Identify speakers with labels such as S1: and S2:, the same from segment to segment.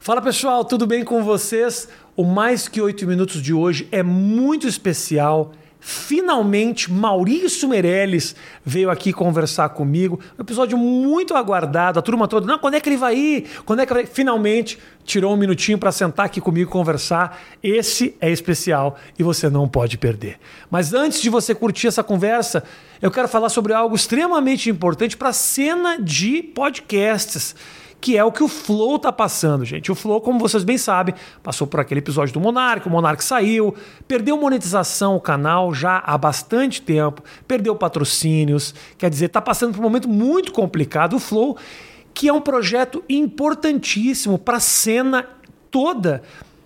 S1: Fala pessoal, tudo bem com vocês? O Mais Que Oito Minutos de hoje é muito especial. Finalmente, Maurício Meirelles veio aqui conversar comigo. Um episódio muito aguardado. A turma toda, não, quando é que ele vai ir? Quando é que vai? Finalmente, tirou um minutinho para sentar aqui comigo e conversar. Esse é especial e você não pode perder. Mas antes de você curtir essa conversa, eu quero falar sobre algo extremamente importante para a cena de podcasts que é o que o Flow tá passando, gente. O Flow, como vocês bem sabem, passou por aquele episódio do Monark, o Monark saiu, perdeu monetização o canal já há bastante tempo, perdeu patrocínios, quer dizer, tá passando por um momento muito complicado o Flow, que é um projeto importantíssimo para a cena toda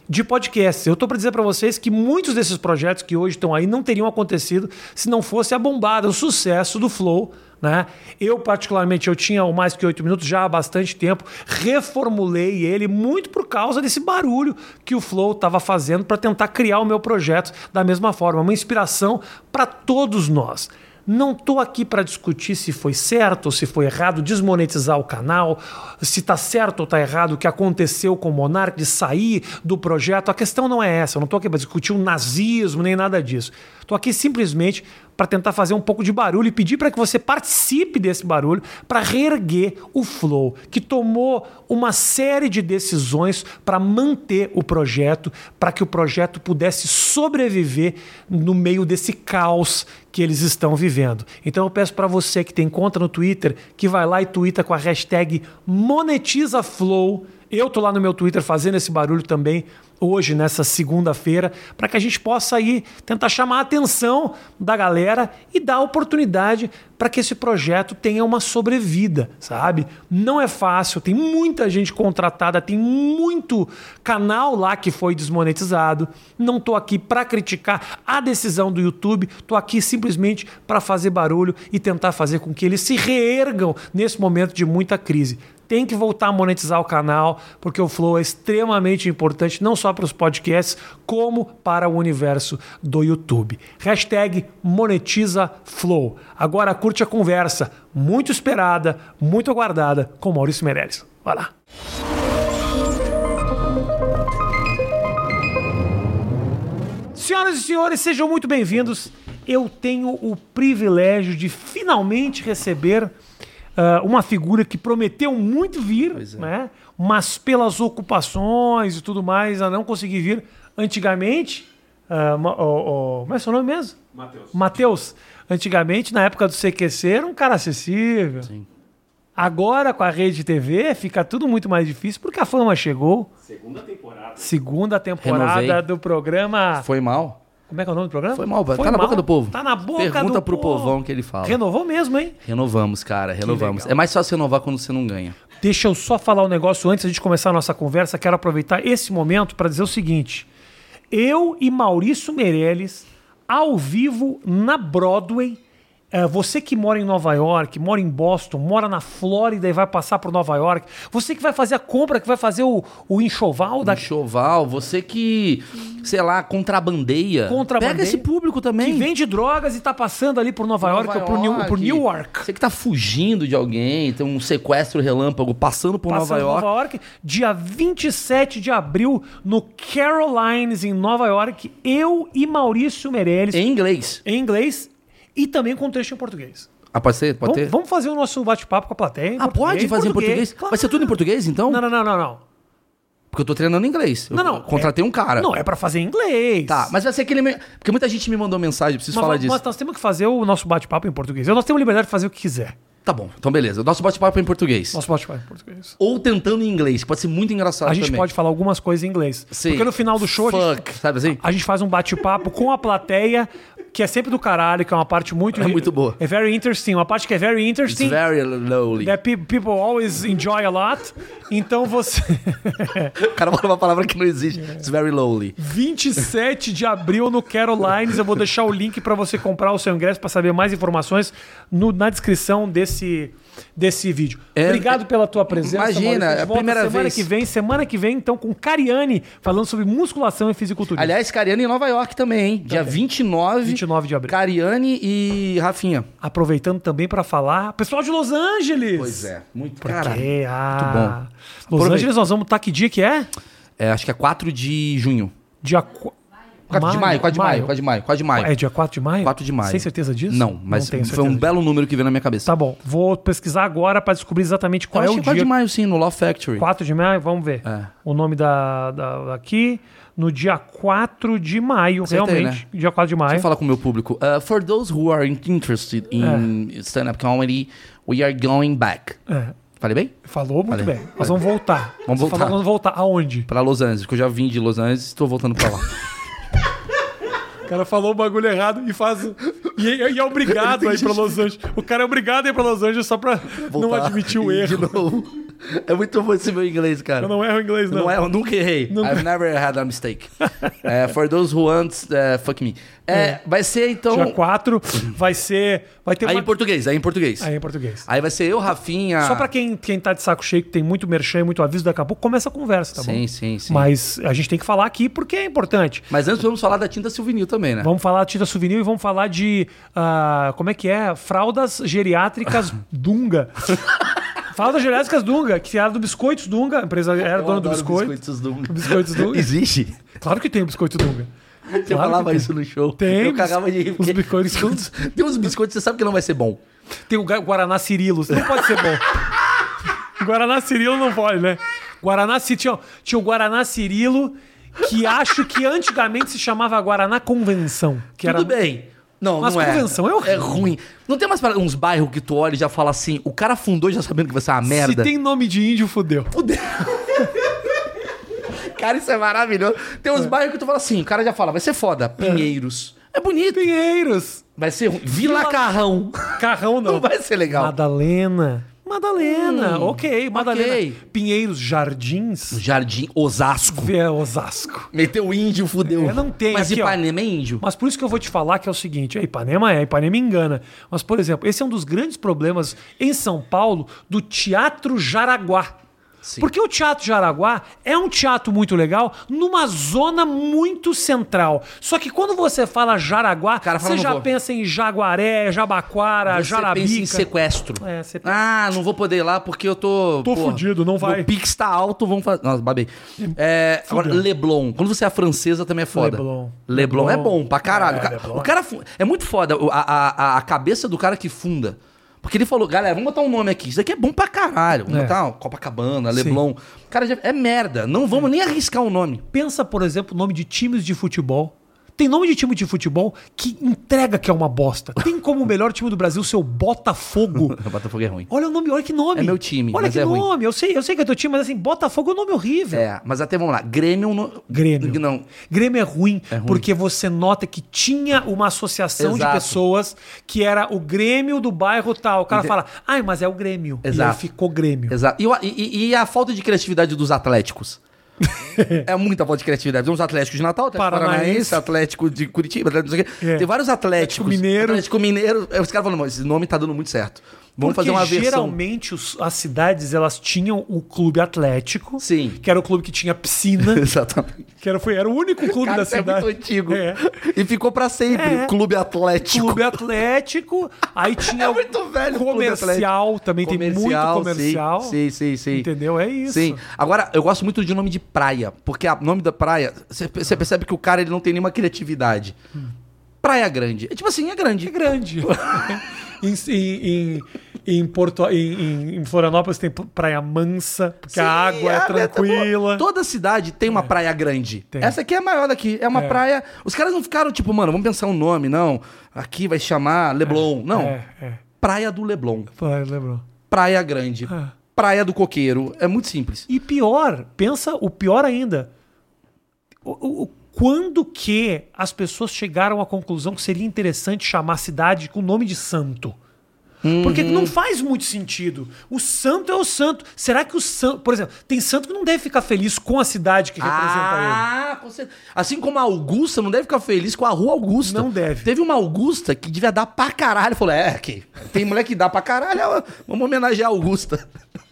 S1: de podcasts. Eu estou para dizer para vocês que muitos desses projetos que hoje estão aí não teriam acontecido se não fosse a bombada, o sucesso do Flow. Né? Eu, particularmente, eu tinha o mais que oito minutos já há bastante tempo, reformulei ele muito por causa desse barulho que o Flow estava fazendo para tentar criar o meu projeto da mesma forma, uma inspiração para todos nós. Não estou aqui para discutir se foi certo ou se foi errado desmonetizar o canal, se está certo ou está errado o que aconteceu com o Monark de sair do projeto. A questão não é essa. Eu não estou aqui para discutir o nazismo nem nada disso. Estou aqui simplesmente para tentar fazer um pouco de barulho e pedir para que você participe desse barulho para reerguer o Flow, que tomou uma série de decisões para manter o projeto, para que o projeto pudesse sobreviver no meio desse caos que eles estão vivendo. Então eu peço para você que tem conta no Twitter, que vai lá e twitta com a hashtag monetizaflow. Eu tô lá no meu Twitter fazendo esse barulho também hoje, nessa segunda-feira, para que a gente possa aí tentar chamar a atenção da galera e dar oportunidade para que esse projeto tenha uma sobrevida, sabe? Não é fácil, tem muita gente contratada, tem muito canal lá que foi desmonetizado. Não tô aqui para criticar a decisão do YouTube, tô aqui simplesmente para fazer barulho e tentar fazer com que eles se reergam nesse momento de muita crise tem que voltar a monetizar o canal, porque o Flow é extremamente importante, não só para os podcasts, como para o universo do YouTube. Hashtag MonetizaFlow. Agora curte a conversa, muito esperada, muito aguardada, com Maurício Meirelles. Vai lá. Senhoras e senhores, sejam muito bem-vindos. Eu tenho o privilégio de finalmente receber Uh, uma figura que prometeu muito vir,
S2: Pois é.
S1: né? Mas pelas ocupações e tudo mais, ela não consegui vir antigamente. ah, ma- o- o- como é seu nome mesmo? Matheus. Matheus. Antigamente, na época do CQC, era um cara acessível.
S2: Sim.
S1: Agora, com a rede TV, fica tudo muito mais difícil porque a fama chegou. Segunda temporada. Segunda temporada
S2: Renovei.
S1: do programa.
S2: Foi mal?
S1: Como é que é o nome do programa?
S2: Foi mal, tá na boca do povo.
S1: Tá na boca do povo.
S2: Pergunta pro povão que ele fala.
S1: Renovou mesmo, hein?
S2: Renovamos, cara, renovamos.
S1: legal.
S2: É mais fácil renovar quando você não ganha.
S1: Deixa eu só falar um negócio antes da gente começar a nossa conversa. Quero aproveitar esse momento para dizer o seguinte: eu e Maurício Meirelles, ao vivo na Broadway. eh, você que mora em Nova York, mora em Boston, mora na Flórida e vai passar por Nova York, você que vai fazer a compra, que vai fazer o, o enxoval da
S2: Choval, você que, sei lá, contrabandeia.
S1: Contrabandeia.
S2: Pega esse público também.
S1: que vende drogas e tá passando ali por Nova, York, ou por, New, por Newark.
S2: Você que tá fugindo de alguém, tem um sequestro relâmpago passando por
S1: Passando
S2: Nova York.
S1: Nova York, dia 27 de abril, no Carolines, em Nova York, eu e Maurício Meirelles,
S2: Em inglês.
S1: em inglês e também com texto em português.
S2: Ah, pode ser? Pode
S1: Vamos,
S2: ter?
S1: vamos fazer o nosso bate-papo com a plateia. em
S2: ah, pode fazer em português?
S1: claro.
S2: Vai ser tudo em português, então?
S1: Não, não, não, não, não.
S2: Porque eu tô treinando inglês. Eu
S1: Não, não,
S2: Contratei um cara.
S1: Não, é pra fazer em inglês.
S2: Tá, mas vai ser aquele... me- Porque muita gente me mandou mensagem, preciso
S1: Mas,
S2: falar
S1: mas
S2: disso.
S1: nós temos que fazer o nosso bate-papo em português. Nós temos liberdade de fazer o que quiser.
S2: Tá bom, então beleza. Nosso bate-papo é em português.
S1: Nosso bate-papo em português.
S2: Ou tentando em inglês, que pode ser muito engraçado
S1: A gente
S2: também.
S1: pode falar algumas coisas em inglês.
S2: Sim.
S1: Porque no final do show a gente-
S2: Fuck, sabe assim?
S1: a gente faz um bate-papo com a plateia, que é sempre do caralho, que é uma parte muito.
S2: É muito boa.
S1: É very interesting. Uma parte que é very
S2: It's
S1: interesting.
S2: very lowly.
S1: That pe- people always enjoy a lot. Então você. É.
S2: O cara fala uma palavra que não existe. It's very lowly.
S1: 27 de abril no Carolines. Eu vou deixar o link para você comprar o seu ingresso para saber mais informações no- na descrição desse desse vídeo.
S2: É,
S1: Obrigado pela tua presença.
S2: imagina,
S1: Maurício.
S2: é a
S1: volta
S2: primeira
S1: semana
S2: vez.
S1: que vem, semana que vem, então, com Cariani, falando sobre musculação e fisiculturismo.
S2: Aliás, Cariani em Nova York também, hein? Dia 29.
S1: 29 de abril.
S2: Cariani e Rafinha.
S1: Aproveitando também para falar, pessoal de Los Angeles.
S2: muito
S1: Cara,
S2: é. Cara,
S1: ah,
S2: muito bom.
S1: Los
S2: Aproveita.
S1: Angeles, nós vamos estar que dia que é?
S2: é, acho que é 4 de junho.
S1: Dia 4
S2: 4 de maio, 4 de maio, 4 de maio, 4 de maio.
S1: É dia 4 de maio?
S2: 4 de maio.
S1: Sem certeza disso?
S2: Não, mas
S1: tenho
S2: foi um
S1: certeza.
S2: belo número que veio na minha cabeça.
S1: Tá bom, vou pesquisar agora para descobrir exatamente qual
S2: Eu
S1: é
S2: acho
S1: o
S2: que é 4
S1: dia.
S2: de maio, sim, no Law Factory.
S1: 4 de maio, vamos ver.
S2: É.
S1: O nome da, da- daqui, no dia 4 de maio,
S2: Acertei, né?
S1: realmente. Dia 4 de maio.
S2: Deixa eu falar com o meu público. Uh, for those who are in- interested in stand-up comedy, we are going back.
S1: É,
S2: Falei bem?
S1: falou muito
S2: Valeu.
S1: bem. Nós vamos voltar.
S2: Vamos
S1: Você
S2: voltar.
S1: falou que Vamos voltar. Aonde?
S2: Pra Los Angeles, que eu já vim de Los Angeles e estou voltando pra lá.
S1: O cara falou o bagulho errado e faz. E, e é obrigado a ir pra Los Angeles. O cara é obrigado a ir pra Los Angeles só pra não
S2: Voltar
S1: admitir o
S2: e
S1: erro.
S2: De novo. É muito bom esse meu inglês, cara.
S1: Eu não erro inglês, não.
S2: Não é, eu nunca errei. I've never had a mistake. É, for those who want, é, fuck me. É, Vai ser então.
S1: Dia 4 vai ser. Vai ter
S2: Aí Ah. em
S1: uma...
S2: português, aí em português.
S1: Aí
S2: Aí,
S1: em português.
S2: vai ser eu, Rafinha.
S1: Só pra quem, quem tá de saco cheio, que tem muito merchan e muito aviso, daqui a pouco começa a conversa, tá
S2: Sim,
S1: bom?
S2: sim, sim. Mas...
S1: Mas a gente tem que falar aqui porque é importante.
S2: antes vamos falar da tinta Silvinil também, né?
S1: Vamos falar de tinta souvenir e vamos falar de. ah, como é que é? Fraldas geriátricas Dunga. Fraldas geriátricas Dunga, que era do Biscoitos Dunga, a empresa era
S2: Eu
S1: dona do
S2: adoro
S1: biscoito.
S2: Biscoitos Dunga.
S1: Biscoitos Dunga.
S2: Existe?
S1: Claro que tem o Biscoito Dunga. Claro que
S2: eu falava
S1: tem.
S2: isso no show.
S1: Tem
S2: Eu cagava de rir.
S1: os
S2: porque-
S1: biscoitos
S2: Tem uns- Tem uns biscoitos, que você sabe que não vai ser bom.
S1: Tem o Ga- Guaraná Cirilo, isso não pode ser bom. Guaraná Cirilo não pode, né? Guaraná Ci- tinha, tinha o Guaraná Cirilo, que acho que antigamente se chamava Guaraná Convenção. Que
S2: Tudo
S1: era...
S2: bem. Não,
S1: Mas
S2: não é.
S1: convenção é horrível.
S2: ruim. Não tem mais para uns bairros que tu olha e já fala assim, o cara fundou já sabendo que vai ser uma merda.
S1: Se tem nome de índio, fudeu.
S2: Fudeu. cara, isso é maravilhoso. Tem
S1: É.
S2: uns bairros que tu fala assim, o cara já fala, vai ser foda. Pinheiros. É bonito.
S1: Pinheiros.
S2: Vai ser ruim. Vila,
S1: Vila-
S2: Carrão.
S1: Carrão não.
S2: Não vai ser legal.
S1: Madalena. Madalena, ok. Madalena.
S2: ok. Hum.
S1: Pinheiros Jardins.
S2: Jardim Osasco.
S1: Vê Osasco.
S2: Meteu índio, fudeu.
S1: É, não tem,
S2: Mas
S1: aqui, ó.
S2: Ipanema é índio.
S1: Mas por isso que eu vou te falar que é o seguinte: é, Ipanema é, Ipanema engana. Mas, por exemplo, esse é um dos grandes problemas em São Paulo do Teatro Jaraguá. Porque o Teatro Jaraguá é um teatro muito legal numa zona muito central. Só que quando você fala Jaraguá,
S2: cara fala,
S1: você
S2: "Não
S1: já
S2: vou."
S1: pensa em Jaguaré, Jabaquara,
S2: Você pensa em
S1: Jarabica.
S2: sequestro.
S1: É, você pensa-
S2: Ah, não vou poder ir lá porque eu tô.
S1: Tô fudido, não vai.
S2: O Pix tá alto, vamos fazer. Nossa, babei. É, agora, Leblon. Quando você é francesa também é foda.
S1: Leblon.
S2: Leblon,
S1: Leblon.
S2: é bom pra caralho.
S1: É,
S2: O ca-
S1: Leblon.
S2: o cara. fu- É muito foda o- a, a, a- a cabeça do cara que funda. Porque ele falou, galera, vamos botar um nome aqui. Isso aqui é bom pra caralho. Vamos
S1: É.
S2: botar ó, Copacabana, Leblon. Cara, já- é merda. Não vamos nem arriscar o nome.
S1: Pensa, por exemplo, o nome de times de futebol. Tem nome de time de futebol que entrega que é uma bosta. Tem como o melhor time do Brasil ser o Botafogo.
S2: Botafogo é ruim.
S1: Olha o nome, olha que nome.
S2: É meu time,
S1: Olha
S2: mas
S1: que
S2: é ruim.
S1: nome. Eu sei, eu sei que é teu time, mas assim, Botafogo é um nome horrível.
S2: É, mas até vamos lá. Grêmio. No...
S1: Grêmio.
S2: Não.
S1: Grêmio é ruim, porque você nota que tinha uma associação
S2: Exato.
S1: de pessoas que era o Grêmio do bairro tal. O cara fala, ai, mas é o Grêmio. E
S2: Exato.
S1: aí ficou Grêmio.
S2: Exato. E, o- e- e a falta de criatividade dos atléticos? é muita falta de criatividade. Tem uns atléticos de Natal, Atlético
S1: Paranaense.
S2: Paranaense, Atlético de Curitiba, Atlético não sei o quê.
S1: É.
S2: Tem vários atléticos.
S1: Atlético Mineiro.
S2: Atlético Mineiro. Aí Os caras falam, "Mano, esse nome tá dando muito certo. Vamos
S1: Porque
S2: fazer uma versão.
S1: geralmente os- as cidades elas tinham o clube atlético,
S2: Sim.
S1: que era o clube que tinha piscina,
S2: Exatamente.
S1: que era, foi, era o único clube
S2: Cara,
S1: da
S2: isso é
S1: cidade.
S2: muito antigo.
S1: É.
S2: E ficou pra sempre.
S1: É.
S2: Clube Atlético.
S1: Clube Atlético, aí tinha
S2: É
S1: o
S2: muito velho o Clube
S1: comercial, também tem muito
S2: sim.
S1: comercial.
S2: Sim, sim, sim.
S1: Entendeu? É isso.
S2: Sim. Agora, eu gosto muito de nome de praia, porque o nome da praia, você
S1: Ah.
S2: você percebe que o cara ele não tem nenhuma criatividade. Praia Grande. É tipo assim, é grande.
S1: Hum. É grande. em, em, em, em Porto, em, em- em Florianópolis tem praia mansa, porque a
S2: Sim, tá
S1: água é
S2: abre-
S1: tranquila. É.
S2: Toda cidade tem uma praia grande.
S1: Tem.
S2: Essa aqui é a maior daqui. É uma
S1: É.
S2: praia. Os caras não ficaram tipo, mano, vamos pensar um nome, não. Aqui vai chamar Leblon. Não.
S1: É, é.
S2: Praia do Leblon.
S1: Pô, lembrou.
S2: Praia Grande.
S1: Ah.
S2: Praia do Coqueiro. É muito simples.
S1: E pior, pensa o pior ainda. O, o- o- quando que as pessoas chegaram à conclusão que seria interessante chamar a cidade com o nome de santo? Porque não faz muito sentido. O santo é o santo. Será que o santo. Por exemplo, tem santo que não deve ficar feliz com a cidade que representa
S2: Ah, com certeza. Assim como a Augusta não deve ficar feliz com a Rua Augusta.
S1: Não deve.
S2: Teve uma Augusta que devia dar pra caralho. Falou, é, aqui. Tem mulher que dá pra caralho, ó, vamos homenagear a Augusta.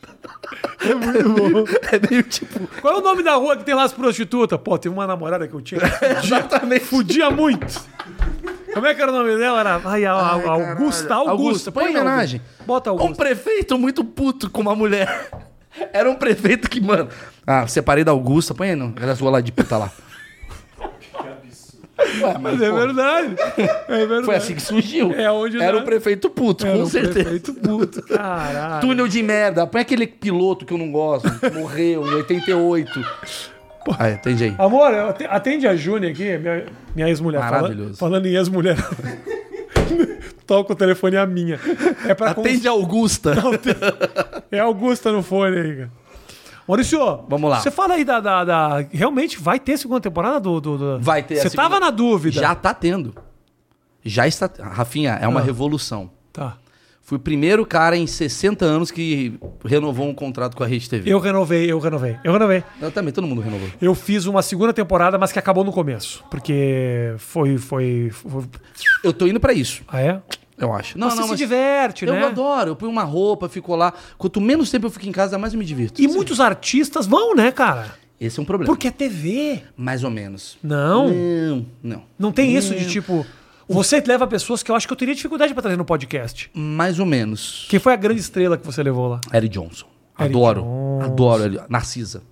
S2: É meio tipo.
S1: ele. Qual é o nome da rua que tem lá as prostitutas? Pô, tem uma namorada que eu tinha.
S2: Exatamente.
S1: É, Fudia muito. Como é que era o nome dela? Era ai, a- a-
S2: Ai,
S1: Augusta,
S2: caralho.
S1: Augusta.
S2: Põe homenagem.
S1: Augusta. Bota
S2: Um
S1: Augusta.
S2: prefeito muito puto com uma mulher. Era um prefeito que, mano. Ah, separei da Augusta. Põe aí, não. Era sua lá de puta lá. Ué, mas,
S1: É
S2: pô,
S1: verdade. É verdade.
S2: foi assim que surgiu.
S1: É onde
S2: Era
S1: dá.
S2: um prefeito puto,
S1: Era
S2: com
S1: um
S2: certeza.
S1: prefeito puto. Caralho.
S2: Túnel de merda. Põe aquele piloto que eu não gosto. que Morreu em 88. Ah, entendi aí.
S1: Amor, ate- atende a Júnia aqui, minha, minha ex-mulher. Fala-
S2: Maravilhoso.
S1: Falando, em ex-mulher. Toca o telefone é a minha. É pra cons-
S2: Atende a Augusta.
S1: É Augusta no fone aí, cara. Maurício,
S2: Vamos lá.
S1: Você fala aí da, da- da- Realmente vai ter segunda temporada do. do- do-
S2: Vai ter a
S1: Você
S2: segunda-
S1: tava na dúvida.
S2: Já tá tendo. Já está. Rafinha, é
S1: Ah.
S2: uma revolução.
S1: Tá.
S2: Fui o primeiro cara em 60 anos que renovou um contrato com a Rede TV.
S1: Eu renovei, eu renovei, eu renovei.
S2: Eu também, todo mundo renovou.
S1: Eu fiz uma segunda temporada, mas que acabou no começo. Porque foi. foi, foi-
S2: Eu tô indo pra isso,
S1: Ah, é?
S2: eu acho. Não,
S1: Mas você
S2: não,
S1: se
S2: mas
S1: diverte,
S2: eu
S1: né?
S2: adoro. Eu ponho uma roupa, fico lá. Quanto menos tempo eu fico em casa, mais eu me divirto.
S1: E muitos artistas vão, né, cara?
S2: Esse é um problema.
S1: Porque é TV.
S2: Mais ou menos.
S1: Não.
S2: Não, não.
S1: Não tem isso
S2: Hum.
S1: de tipo. Você leva pessoas que eu acho que eu teria dificuldade pra trazer no podcast.
S2: Mais ou menos.
S1: Quem foi a grande estrela que você levou lá?
S2: Eric Johnson.
S1: Eric
S2: Adoro.
S1: Johnson.
S2: Adoro ele. Narcisa.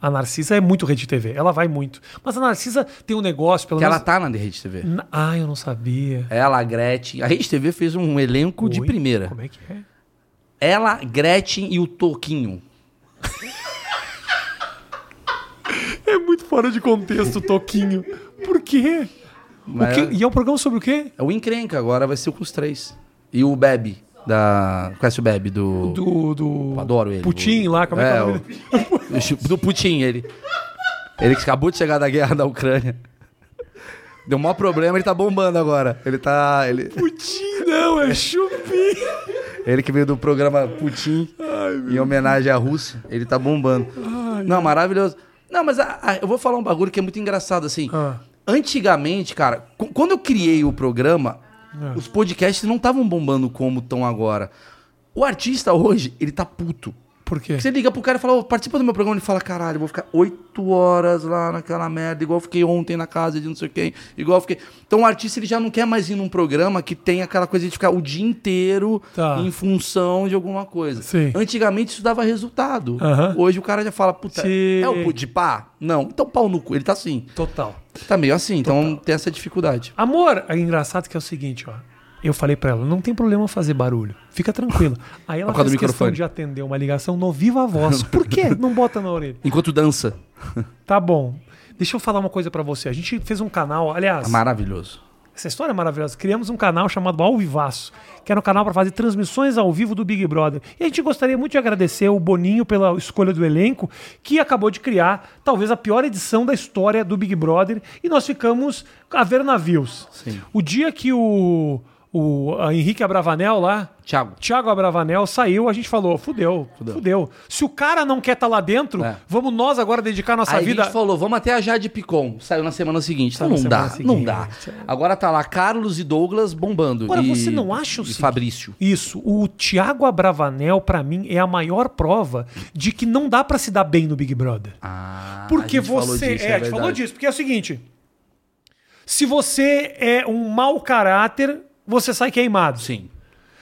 S1: A Narcisa é muito rede TV. Ela vai muito. Mas a Narcisa tem um negócio, pelo
S2: Que ela
S1: menos.
S2: tá na Rede TV.
S1: Na- Ah, eu não sabia.
S2: Ela, a Gretchen. A Rede TV fez um elenco de
S1: Oi?
S2: primeira.
S1: Como é que é?
S2: Ela, Gretchen e o Toquinho.
S1: É muito fora de contexto, Toquinho. Por quê?
S2: Mas-
S1: O quê? E é um programa sobre o quê?
S2: É o encrenca, agora vai ser com os três. E o Bebe, da. Conhece o Bebe do.
S1: Do. do...
S2: Eu adoro ele.
S1: Putin
S2: o...
S1: lá, como é, que é o nome dele?
S2: o... o- Do Putin, ele. Ele que acabou de chegar da guerra da Ucrânia. Deu o maior problema, ele tá bombando agora. Ele tá. Ele,
S1: Putin, não, é Chupim.
S2: ele que veio do programa Putin, em homenagem à Rússia, ele tá bombando. Não, maravilhoso. Não, mas a- a- eu vou falar um bagulho que é muito engraçado, assim.
S1: Ah.
S2: Antigamente, cara, qu- quando eu criei o programa,
S1: Ah.
S2: os podcasts não estavam bombando como estão agora. O artista hoje, ele tá puto.
S1: Por quê?
S2: Você liga pro cara e fala, "Ô, participa do meu programa. Ele fala, caralho, eu vou ficar oito horas lá naquela merda, igual eu fiquei ontem na casa de não sei quem, igual eu fiquei. Então o artista ele já não quer mais ir num programa que tem aquela coisa de ficar o dia inteiro
S1: Tá.
S2: em função de alguma coisa.
S1: Sim.
S2: Antigamente isso dava resultado.
S1: Aham.
S2: Hoje o cara já fala, puta,
S1: Sim.
S2: é o pá? Não, então pau no cu. Ele tá assim.
S1: Total.
S2: Tá meio assim, então tem essa dificuldade.
S1: Amor, é engraçado que é o seguinte, ó. Eu falei pra ela, não tem problema fazer barulho. Fica tranquila. Aí ela
S2: Por causa
S1: fez
S2: do
S1: questão
S2: microfone.
S1: de atender uma ligação no viva voz. Por quê? Não bota na orelha.
S2: Enquanto dança.
S1: Tá bom. Deixa eu falar uma coisa pra você. A gente fez um canal,
S2: É
S1: aliás,
S2: Maravilhoso.
S1: essa história é maravilhosa. Criamos um canal chamado Ao Vivaço, que era um canal pra fazer transmissões ao vivo do Big Brother. E a gente gostaria muito de agradecer o Boninho pela escolha do elenco, que acabou de criar talvez a pior edição da história do Big Brother. E nós ficamos a ver navios.
S2: Sim.
S1: O dia que o, o a Henrique Abravanel lá.
S2: Thiago.
S1: Thiago Abravanel saiu, a gente falou, fudeu, fudeu. Se o cara não quer estar lá dentro,
S2: É.
S1: vamos nós agora dedicar nossa
S2: Aí
S1: vida
S2: a gente falou, vamos até a Jade Picon. Saiu na semana seguinte.
S1: Saiu
S2: não
S1: na
S2: dá,
S1: semana
S2: não dá.
S1: seguinte.
S2: Agora tá lá Carlos e Douglas bombando.
S1: Agora,
S2: e,
S1: você não acha o
S2: E
S1: seguinte-
S2: Fabrício.
S1: Isso. O Thiago Abravanel, pra mim, é a maior prova de que não dá pra se dar bem no Big Brother.
S2: Ah,
S1: Porque
S2: a gente falou
S1: você.
S2: disso,
S1: é, a gente falou
S2: verdade.
S1: disso. Porque é o seguinte: se você é um mau caráter, você sai queimado.
S2: Sim.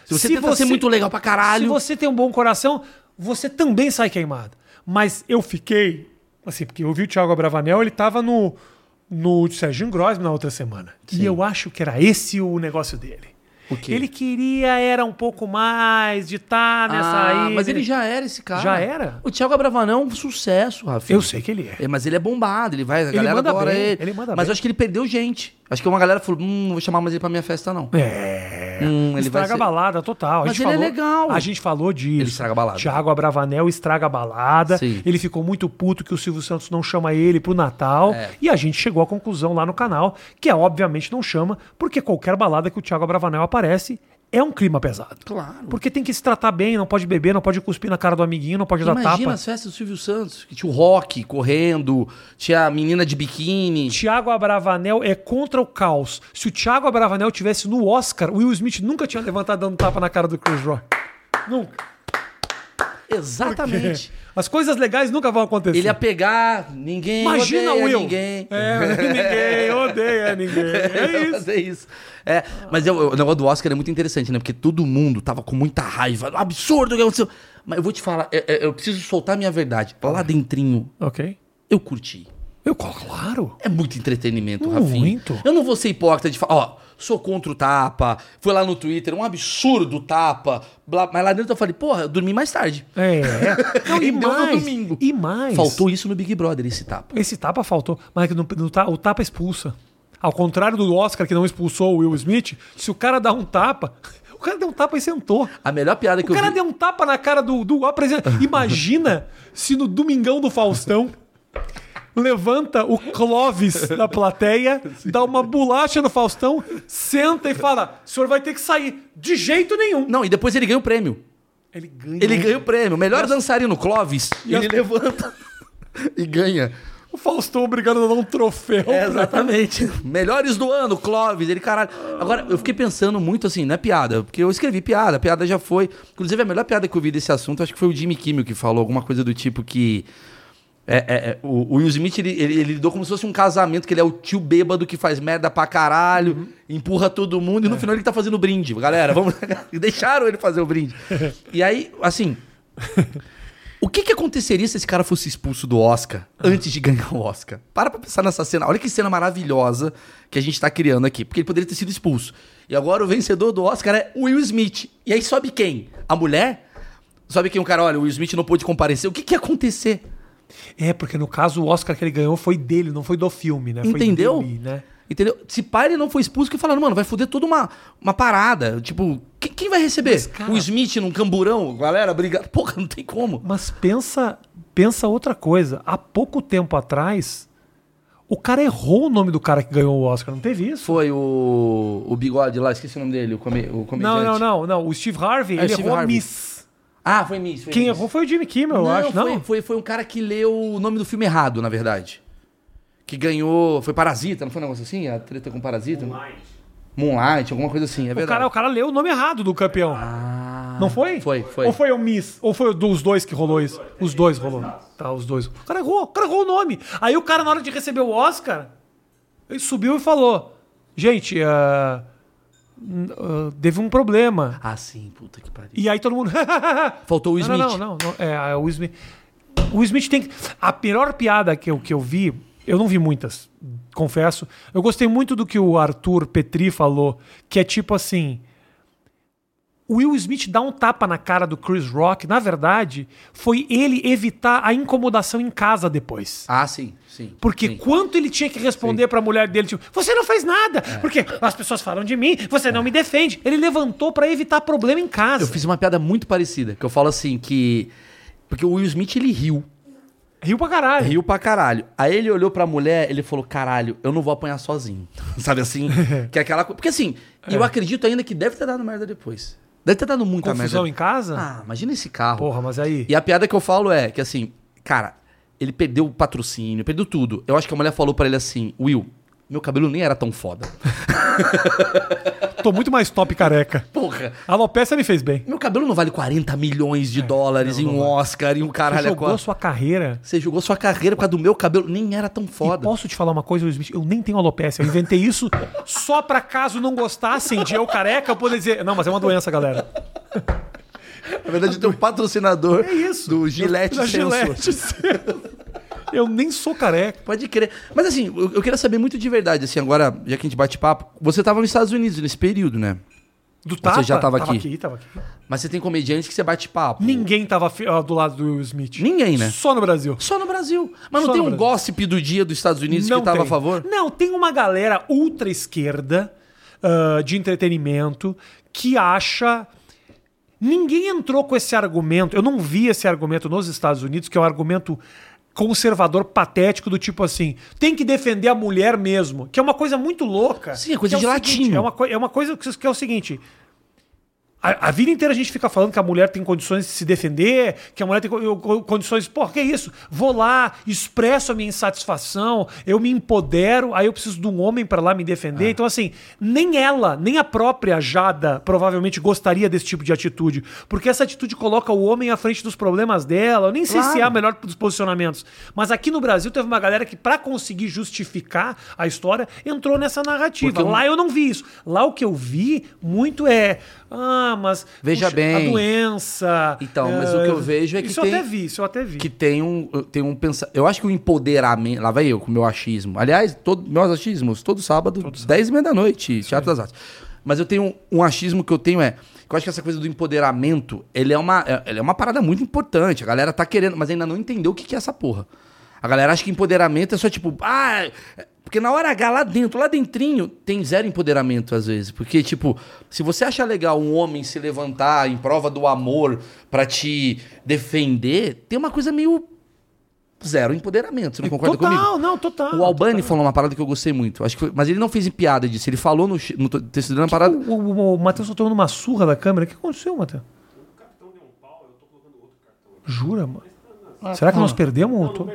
S2: Se você
S1: Se
S2: tenta
S1: você-
S2: ser muito legal pra caralho...
S1: Se você tem um bom coração, você também sai queimado. Mas eu fiquei. Assim, porque eu vi o Thiago Abravanel, ele tava no. No Serginho Grosman na outra semana. E eu acho que era esse o negócio dele.
S2: O quê?
S1: Ele queria era um pouco mais de estar nessa
S2: Ah,
S1: aí.
S2: mas ele já era esse cara.
S1: Já era?
S2: O Thiago Abravanel é um sucesso, Rafinha.
S1: Eu sei que ele é.
S2: É, mas ele é bombado, ele vai, a galera
S1: manda
S2: adora
S1: bem,
S2: ele.
S1: ele manda
S2: mas
S1: bem.
S2: eu acho que ele perdeu gente. Acho que uma galera falou, hum, não vou chamar mais ele pra minha festa, não.
S1: É.
S2: Hum, ele vai
S1: estraga
S2: ser-
S1: a balada total. A
S2: Mas
S1: gente
S2: ele é
S1: falou,
S2: legal.
S1: A gente falou disso.
S2: Ele estraga a balada.
S1: Thiago Abravanel estraga a balada.
S2: Sim.
S1: Ele ficou muito puto que o Silvio Santos não chama ele pro Natal.
S2: É.
S1: E a gente chegou à conclusão lá no canal, que é obviamente não chama, porque qualquer balada que o Thiago Abravanel aparece é um clima pesado.
S2: Claro.
S1: Porque tem que se tratar bem, não pode beber, não pode cuspir na cara do amiguinho, não pode dar
S2: Imagina
S1: tapa.
S2: as festas do Silvio Santos, que tinha o rock correndo, tinha a menina de biquíni.
S1: Tiago Abravanel é contra o caos. Se o Tiago Abravanel tivesse no Oscar, o Will Smith nunca tinha levantado dando tapa na cara do Chris Rock. Nunca.
S2: Exatamente.
S1: As coisas legais nunca vão acontecer.
S2: Ele ia pegar, ninguém
S1: Imagina
S2: odeia
S1: o Will.
S2: ninguém.
S1: É, ninguém odeia ninguém. É isso.
S2: É isso. É, mas eu- eu- o negócio do Oscar é muito interessante, né? Porque todo mundo tava com muita raiva. Absurdo o que aconteceu. Mas eu vou te falar, é- é- eu preciso soltar a minha verdade. Lá dentrinho,
S1: Ok.
S2: eu curti.
S1: Eu, claro.
S2: É muito entretenimento,
S1: Muito.
S2: Rafinha. Eu não vou ser hipócrita de falar, ó, sou contra o tapa, fui lá no Twitter, um absurdo o tapa, blá, mas lá dentro eu falei, porra, eu dormi mais tarde.
S1: É. Não, e
S2: Rendeu no
S1: mais.
S2: domingo.
S1: E mais.
S2: Faltou isso no Big Brother, esse tapa.
S1: Esse tapa faltou, mas é que no- no ta- o tapa expulsa. Ao contrário do Oscar, que não expulsou o Will Smith, se o cara dá um tapa, o cara deu um tapa e sentou.
S2: A melhor piada que
S1: O
S2: eu
S1: cara
S2: vi...
S1: deu um tapa na cara do, do apresentador. Imagina se no Domingão do Faustão levanta o Clóvis da plateia, dá uma bolacha no Faustão, senta e fala: o senhor vai ter que sair. De jeito nenhum.
S2: Não, e depois ele ganha o prêmio.
S1: Ele ganha.
S2: Ele ganha o prêmio. Melhor dançarino, Clóvis.
S1: Uhum. E
S2: ele
S1: as-
S2: levanta e ganha.
S1: O Faustão obrigado a dar um troféu.
S2: É, exatamente. Melhores do ano, Clóvis. Ele, caralho. Agora, eu fiquei pensando muito assim, não é piada, porque eu escrevi piada, a piada já foi. Inclusive, a melhor piada que eu vi desse assunto, acho que foi o Jimmy Kimmel que falou alguma coisa do tipo que. É, é, é, o o Will Smith, ele, ele, ele lidou como se fosse um casamento, que ele é o tio bêbado que faz merda pra caralho, empurra todo mundo, e no final ele tá fazendo brinde. Galera, vamos. e Deixaram ele fazer o brinde. E aí, assim. O que, que aconteceria se esse cara fosse expulso do Oscar antes de ganhar o Oscar? Para pra pensar nessa cena. Olha que cena maravilhosa que a gente tá criando aqui. Porque ele poderia ter sido expulso. E agora o vencedor do Oscar é o Will Smith. E aí sobe quem? A mulher? Sobe quem? O cara, olha, o Will Smith não pôde comparecer. O que, que ia acontecer?
S1: É, porque no caso o Oscar que ele ganhou foi dele, não foi do filme, né? Foi
S2: Entendeu?
S1: dele, né?
S2: Entendeu? Se pai ele não foi expulso, que falaram, mano, vai foder toda uma, uma parada. Tipo, quem, quem vai receber?
S1: cara-
S2: O Smith num camburão? Galera, obrigado. Porra, não tem como.
S1: Mas pensa, pensa outra coisa. Há pouco tempo atrás, o cara errou o nome do cara que ganhou o Oscar, não teve isso?
S2: Foi o, o bigode lá, esqueci o nome dele, o, come, o comediante.
S1: Não, não, não, não. O Steve Harvey,
S2: É,
S1: ele
S2: Steve
S1: errou a
S2: Harvey.
S1: Miss.
S2: Ah, foi Miss. Foi
S1: Quem
S2: Miss.
S1: errou foi o Jimmy Kimmel,
S2: não,
S1: eu acho,
S2: foi,
S1: não?
S2: Foi, foi um cara que leu o nome do filme errado, na verdade. Que ganhou. Foi Parasita, não foi um negócio assim? A treta com Parasita? Moonlight. Moonlight, alguma coisa assim, é
S1: O
S2: verdade.
S1: cara, o cara leu o nome errado do campeão. não foi?
S2: Ah, foi, foi.
S1: Ou foi o Miss? Ou foi o dos dois que rolou isso? Os dois rolou. Tá, os dois. O cara errou, o cara errou o nome. Aí o cara, na hora de receber o Oscar, ele subiu e falou: Gente, ah, n- ah, teve um problema.
S2: Ah, sim, puta que pariu.
S1: E aí todo mundo.
S2: Faltou o Will
S1: não,
S2: Smith.
S1: não, não, não. É, é, o Will Smith. O Will Smith tem que. A pior piada que eu, que eu vi, eu não vi muitas, confesso. Eu gostei muito do que o Arthur Petri falou, que é tipo assim. O Will Smith dá um tapa na cara do Chris Rock, na verdade, foi ele evitar a incomodação em casa depois.
S2: Ah, sim, sim.
S1: Porque
S2: sim.
S1: quanto ele tinha que responder pra mulher dele, tipo, você não fez nada,
S2: É.
S1: porque as pessoas falam de mim, você não me defende. Ele levantou pra evitar problema em casa.
S2: Eu fiz uma piada muito parecida, que eu falo assim, que. Porque o Will Smith, ele riu.
S1: Riu pra caralho.
S2: Riu pra caralho. Aí ele olhou pra mulher, ele falou: caralho, eu não vou apanhar sozinho. Sabe assim? que é aquela coisa. Porque assim, eu acredito ainda que deve ter dado merda depois. Deve ter dado muita
S1: Confusão em
S2: merda.
S1: casa?
S2: Ah, imagina esse carro.
S1: Porra, mas aí.
S2: E a piada que eu falo é que assim, cara, ele perdeu o patrocínio, perdeu tudo. Eu acho que a mulher falou pra ele assim: Will, meu cabelo nem era tão foda.
S1: Tô muito mais top careca.
S2: Porra.
S1: A alopecia me fez bem.
S2: Meu cabelo não vale 40 milhões
S1: É,
S2: de dólares em um Oscar e um
S1: Você
S2: caralho a
S1: jogou
S2: quatro.
S1: sua carreira.
S2: Você jogou sua carreira por causa do meu cabelo, nem era tão
S1: E
S2: foda.
S1: posso te falar uma coisa, Will Smith? Eu nem tenho alopecia. Eu inventei isso só pra caso não gostassem de eu careca, eu poder dizer. Não, mas é uma doença, galera.
S2: Na verdade, tem um patrocinador do Gillette
S1: é Da
S2: Sensor.
S1: Gillette Sensor. Eu nem sou careca.
S2: Pode crer. Mas assim, eu, eu queria saber muito de verdade, assim, agora, já que a gente bate papo, você tava nos Estados Unidos nesse período, né?
S1: Do tapa?
S2: já tava aqui?
S1: tava aqui.
S2: Mas você tem comediantes que você bate papo.
S1: Ninguém tava fi- ah, do lado do Will Smith.
S2: Ninguém, né?
S1: Só no Brasil.
S2: Só no Brasil. Mas não
S1: Só
S2: tem
S1: no
S2: um
S1: Brasil.
S2: gossip do dia dos Estados Unidos que tava
S1: estava
S2: a favor?
S1: Não, tem uma galera ultra esquerda ah, de entretenimento que acha. Ninguém entrou com esse argumento. Eu não vi esse argumento nos Estados Unidos, que é um argumento conservador patético do tipo assim, tem que defender a mulher mesmo, que é uma coisa muito louca.
S2: Sim, é coisa
S1: Que
S2: de
S1: o seguinte,
S2: latino.
S1: é, uma coi- é uma coisa que que é o seguinte, A, a vida inteira a gente fica falando que a mulher tem condições de se defender, que a mulher tem co- eu- co- condições. Pô, que isso? Vou lá, expresso a minha insatisfação, eu me empodero, aí eu preciso de um homem pra lá me defender. Então, assim, nem ela, nem a própria Jada provavelmente gostaria desse tipo de atitude. Porque essa atitude coloca o homem à frente dos problemas dela. Eu nem sei se
S2: Claro.
S1: é a melhor dos posicionamentos. Mas aqui no Brasil teve uma galera que, pra conseguir justificar a história, entrou nessa narrativa.
S2: Porque eu-
S1: Lá eu não vi isso. Lá o que eu vi muito é. Ah, mas.
S2: Veja bem.
S1: A doença. eh,
S2: Então, mas o que eu vejo é que
S1: Isso
S2: tem-
S1: eu até vi, isso eu até vi.
S2: que tem um, tem um pensamento. Eu acho que o empoderamento. Lá vai eu com o meu achismo. Aliás, todo, meus achismos, todo sábado, 10 e meia da noite, Teatro das Artes. Mas eu tenho um, um achismo que eu tenho é. que Eu acho que essa coisa do empoderamento, ele é uma, é- ela é uma parada muito importante. A galera tá querendo, mas ainda não entendeu o que que é essa porra. A galera acha que empoderamento é só tipo, ah, é- porque na hora H lá dentro, lá dentrinho, tem zero empoderamento às vezes. Porque, tipo, se você acha legal um homem se levantar em prova do amor pra te defender, tem uma coisa meio zero empoderamento. Você não concorda
S1: total,
S2: comigo?
S1: não, total.
S2: O Albani falou uma parada que eu gostei muito. Acho que foi- mas ele não fez em piada disso. Ele falou no, chi- no to- texto dele uma parada.
S1: O, o, o Matheus tá tomando uma surra da câmera. O que aconteceu, Matheus? Jura, mano? ah,
S2: Ah,
S1: Será que nós perdemos? o to-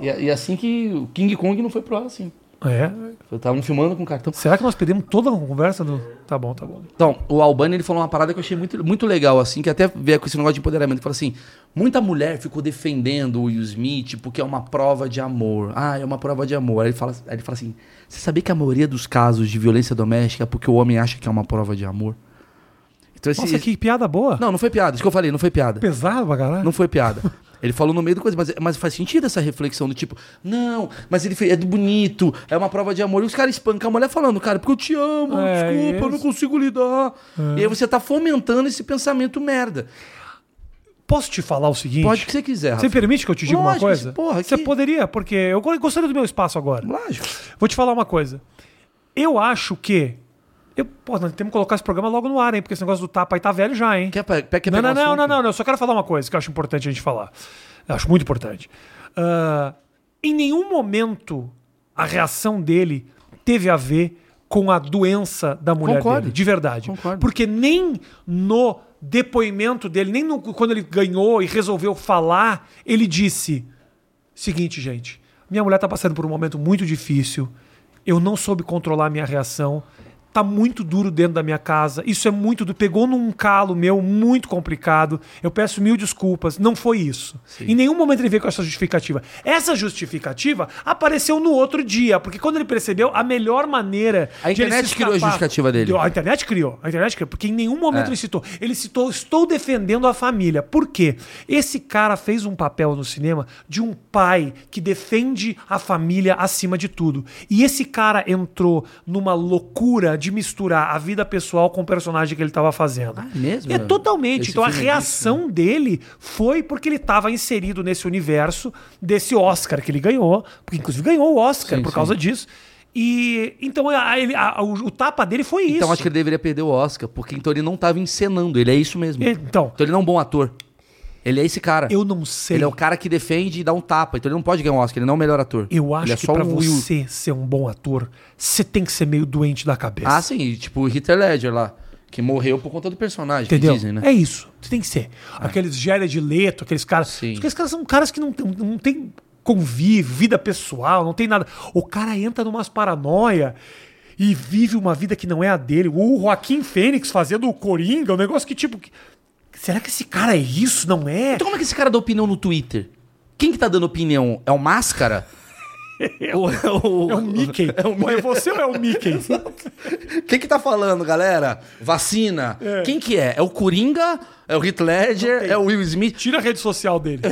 S2: E, e assim que o King Kong não foi pro ar assim.
S1: É.
S2: Estavam filmando com cartão.
S1: Será que nós perdemos toda a conversa do. Tá bom, tá bom.
S2: Então, o Albani ele falou uma parada que eu achei muito, muito legal, assim, que até vê com esse negócio de empoderamento. Ele falou assim: muita mulher ficou defendendo o Will Smith porque é uma prova de amor. Ah, é uma prova de amor. Aí ele fala, aí ele fala assim: você sabia que a maioria dos casos de violência doméstica é porque o homem acha que é uma prova de amor? Então, esse,
S1: Nossa, que piada boa.
S2: Não, não foi piada, isso que eu falei, não foi piada.
S1: Pesado pra caralho.
S2: Não foi piada. Ele falou no meio do coisa, mas, mas faz sentido essa reflexão do tipo, não, mas ele fez, é bonito, é uma prova de amor. E os caras espancam a mulher falando, cara, porque eu te amo,
S1: É,
S2: desculpa, eu não
S1: isso. É.
S2: consigo lidar. E aí você tá fomentando esse pensamento merda.
S1: Posso te falar o seguinte?
S2: Pode o que você quiser,
S1: Você
S2: Rafa.
S1: permite que eu te diga uma
S2: Lógico,
S1: coisa?
S2: esse porra
S1: Você
S2: aqui.
S1: poderia, porque eu gostaria do meu espaço agora.
S2: Lógico.
S1: Vou te falar uma coisa. Eu acho que. Eu, pô, nós temos que colocar esse programa logo no ar, hein? Porque esse negócio do tapa aí tá velho já, hein?
S2: Quer, pe- pe- quer
S1: Não, não,
S2: pegar um
S1: não,
S2: assunto?
S1: não, não, não. Eu só quero falar uma coisa que eu acho importante a gente falar. Eu acho muito importante. Ah, em nenhum momento a reação dele teve a ver com a doença da mulher
S2: Concordo.
S1: dele, de verdade.
S2: Concordo.
S1: Porque nem no depoimento dele, nem no- quando ele ganhou e resolveu falar, ele disse: Seguinte, gente, minha mulher tá passando por um momento muito difícil. Eu não soube controlar a minha reação. Tá muito duro dentro da minha casa. Isso é muito do pegou num calo meu muito complicado. Eu peço mil desculpas. Não foi isso. Em nenhum momento ele veio com essa justificativa. Essa justificativa apareceu no outro dia, porque quando ele percebeu a melhor maneira
S2: A
S1: de ele
S2: internet
S1: se
S2: criou a
S1: escapar-
S2: justificativa dele.
S1: Deu- a internet criou. A internet criou. Porque em nenhum momento
S2: É.
S1: ele citou. Ele citou, estou defendendo a família. Por quê? Esse cara fez um papel no cinema de um pai que defende a família acima de tudo. E esse cara entrou numa loucura de misturar a vida pessoal com o personagem que ele estava fazendo.
S2: Ah, mesmo?
S1: É totalmente.
S2: Esse
S1: então a
S2: filme é
S1: reação dele foi porque ele estava inserido nesse universo desse Oscar que ele ganhou, porque inclusive ganhou o Oscar
S2: Sim,
S1: por
S2: sim.
S1: causa disso. E então a- ele- a- o, o tapa dele foi isso.
S2: Então acho que ele deveria perder o Oscar, porque então ele não tava encenando, ele é isso mesmo.
S1: Ele- então.
S2: Então ele não é um bom ator. Ele é esse cara.
S1: eu não sei.
S2: Ele é o cara que defende e dá um tapa. Então ele não pode ganhar um Oscar, ele não é o melhor ator.
S1: Eu acho
S2: ele é
S1: que
S2: só
S1: pra
S2: um Will-
S1: você ser um bom ator, você tem que ser meio doente da cabeça.
S2: Ah, sim, e, tipo o Hitler Ledger lá, que morreu por conta do personagem,
S1: Entendeu?
S2: que dizem, né?
S1: É isso. Você tem que ser. Aqueles Jared Leto, aqueles caras.
S2: Sim.
S1: Aqueles caras são caras que não, tem- não tem convívio, vida pessoal, não tem nada. O cara entra numas paranoia e vive uma vida que não é a dele. O Joaquim Fênix fazendo o Coringa, um negócio que tipo. que- Será que esse cara é isso? Não é?
S2: Então como é que esse cara dá opinião no Twitter? Quem que tá dando opinião? É o Máscara? Ou é o...
S1: é o Mickey. É, Ou é você ou é o Mickey?
S2: Quem que tá falando, galera? Vacina. Quem que é? É o Coringa? É o Heath Ledger? É o Will Smith?
S1: Tira a rede social dele.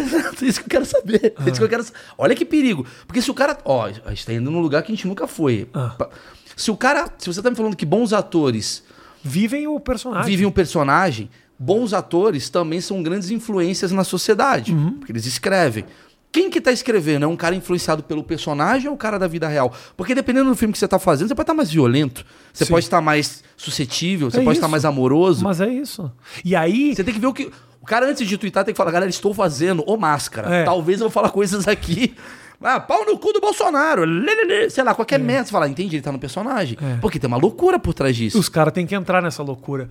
S2: isso que eu quero saber. Isso que eu quero sa- Olha que perigo. Porque se o cara. Ó, a gente tá indo num lugar que a gente nunca foi. Pa- Se o cara. Se você tá me falando que bons atores
S1: Vivem o personagem.
S2: vivem um personagem, bons atores também são grandes influências na sociedade.
S1: Uhum.
S2: Porque eles escrevem. Quem que tá escrevendo? É um cara influenciado pelo personagem ou o cara da vida real? Porque dependendo do filme que você tá fazendo, você pode estar mais violento, você
S1: Sim.
S2: pode estar mais suscetível, você
S1: É
S2: pode estar
S1: isso.
S2: mais amoroso.
S1: Mas é isso. E aí.
S2: Você tem que ver o que. O cara, antes de twittar, tem que falar, galera, estou fazendo, ô máscara.
S1: É.
S2: Talvez eu vou falar coisas aqui. Ah, pau no cu do Bolsonaro. lelele, Sei lá,
S1: É.
S2: qualquer merda. Você fala, entendi, ele tá no personagem. Porque tem uma loucura por trás disso.
S1: Os caras têm que entrar nessa loucura.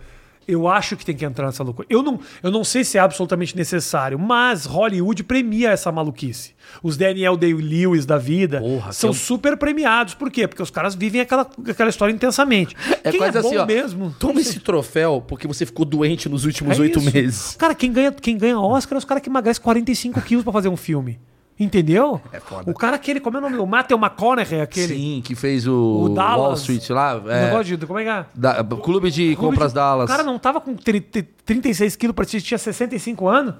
S1: Eu acho que tem que entrar nessa loucura. Eu não, eu não sei se é absolutamente necessário, mas Hollywood premia essa maluquice. Os Daniel Day-Lewis da vida
S2: Porra,
S1: são
S2: que é um-
S1: super premiados. Por quê? Porque os caras vivem aquela, aquela história intensamente.
S2: É
S1: Quem
S2: quase
S1: é bom
S2: assim, ó.
S1: mesmo?
S2: Toma esse troféu porque você ficou doente nos últimos
S1: É
S2: oito
S1: isso.
S2: meses.
S1: Cara, quem ganha, quem ganha Oscar é os caras que emagrecem 45 quilos pra fazer um filme. Entendeu?
S2: É foda.
S1: o cara que ele... Como é o nome? O Matthew McConaughey, é aquele...
S2: Sim, que fez o,
S1: O Dallas.
S2: Wall Street lá.
S1: O
S2: é,
S1: negócio de... Como é que é?
S2: da- Clube de Compras
S1: de-
S2: Dallas.
S1: O cara não tava com 30 36 quilos, parecia que tinha 65 anos.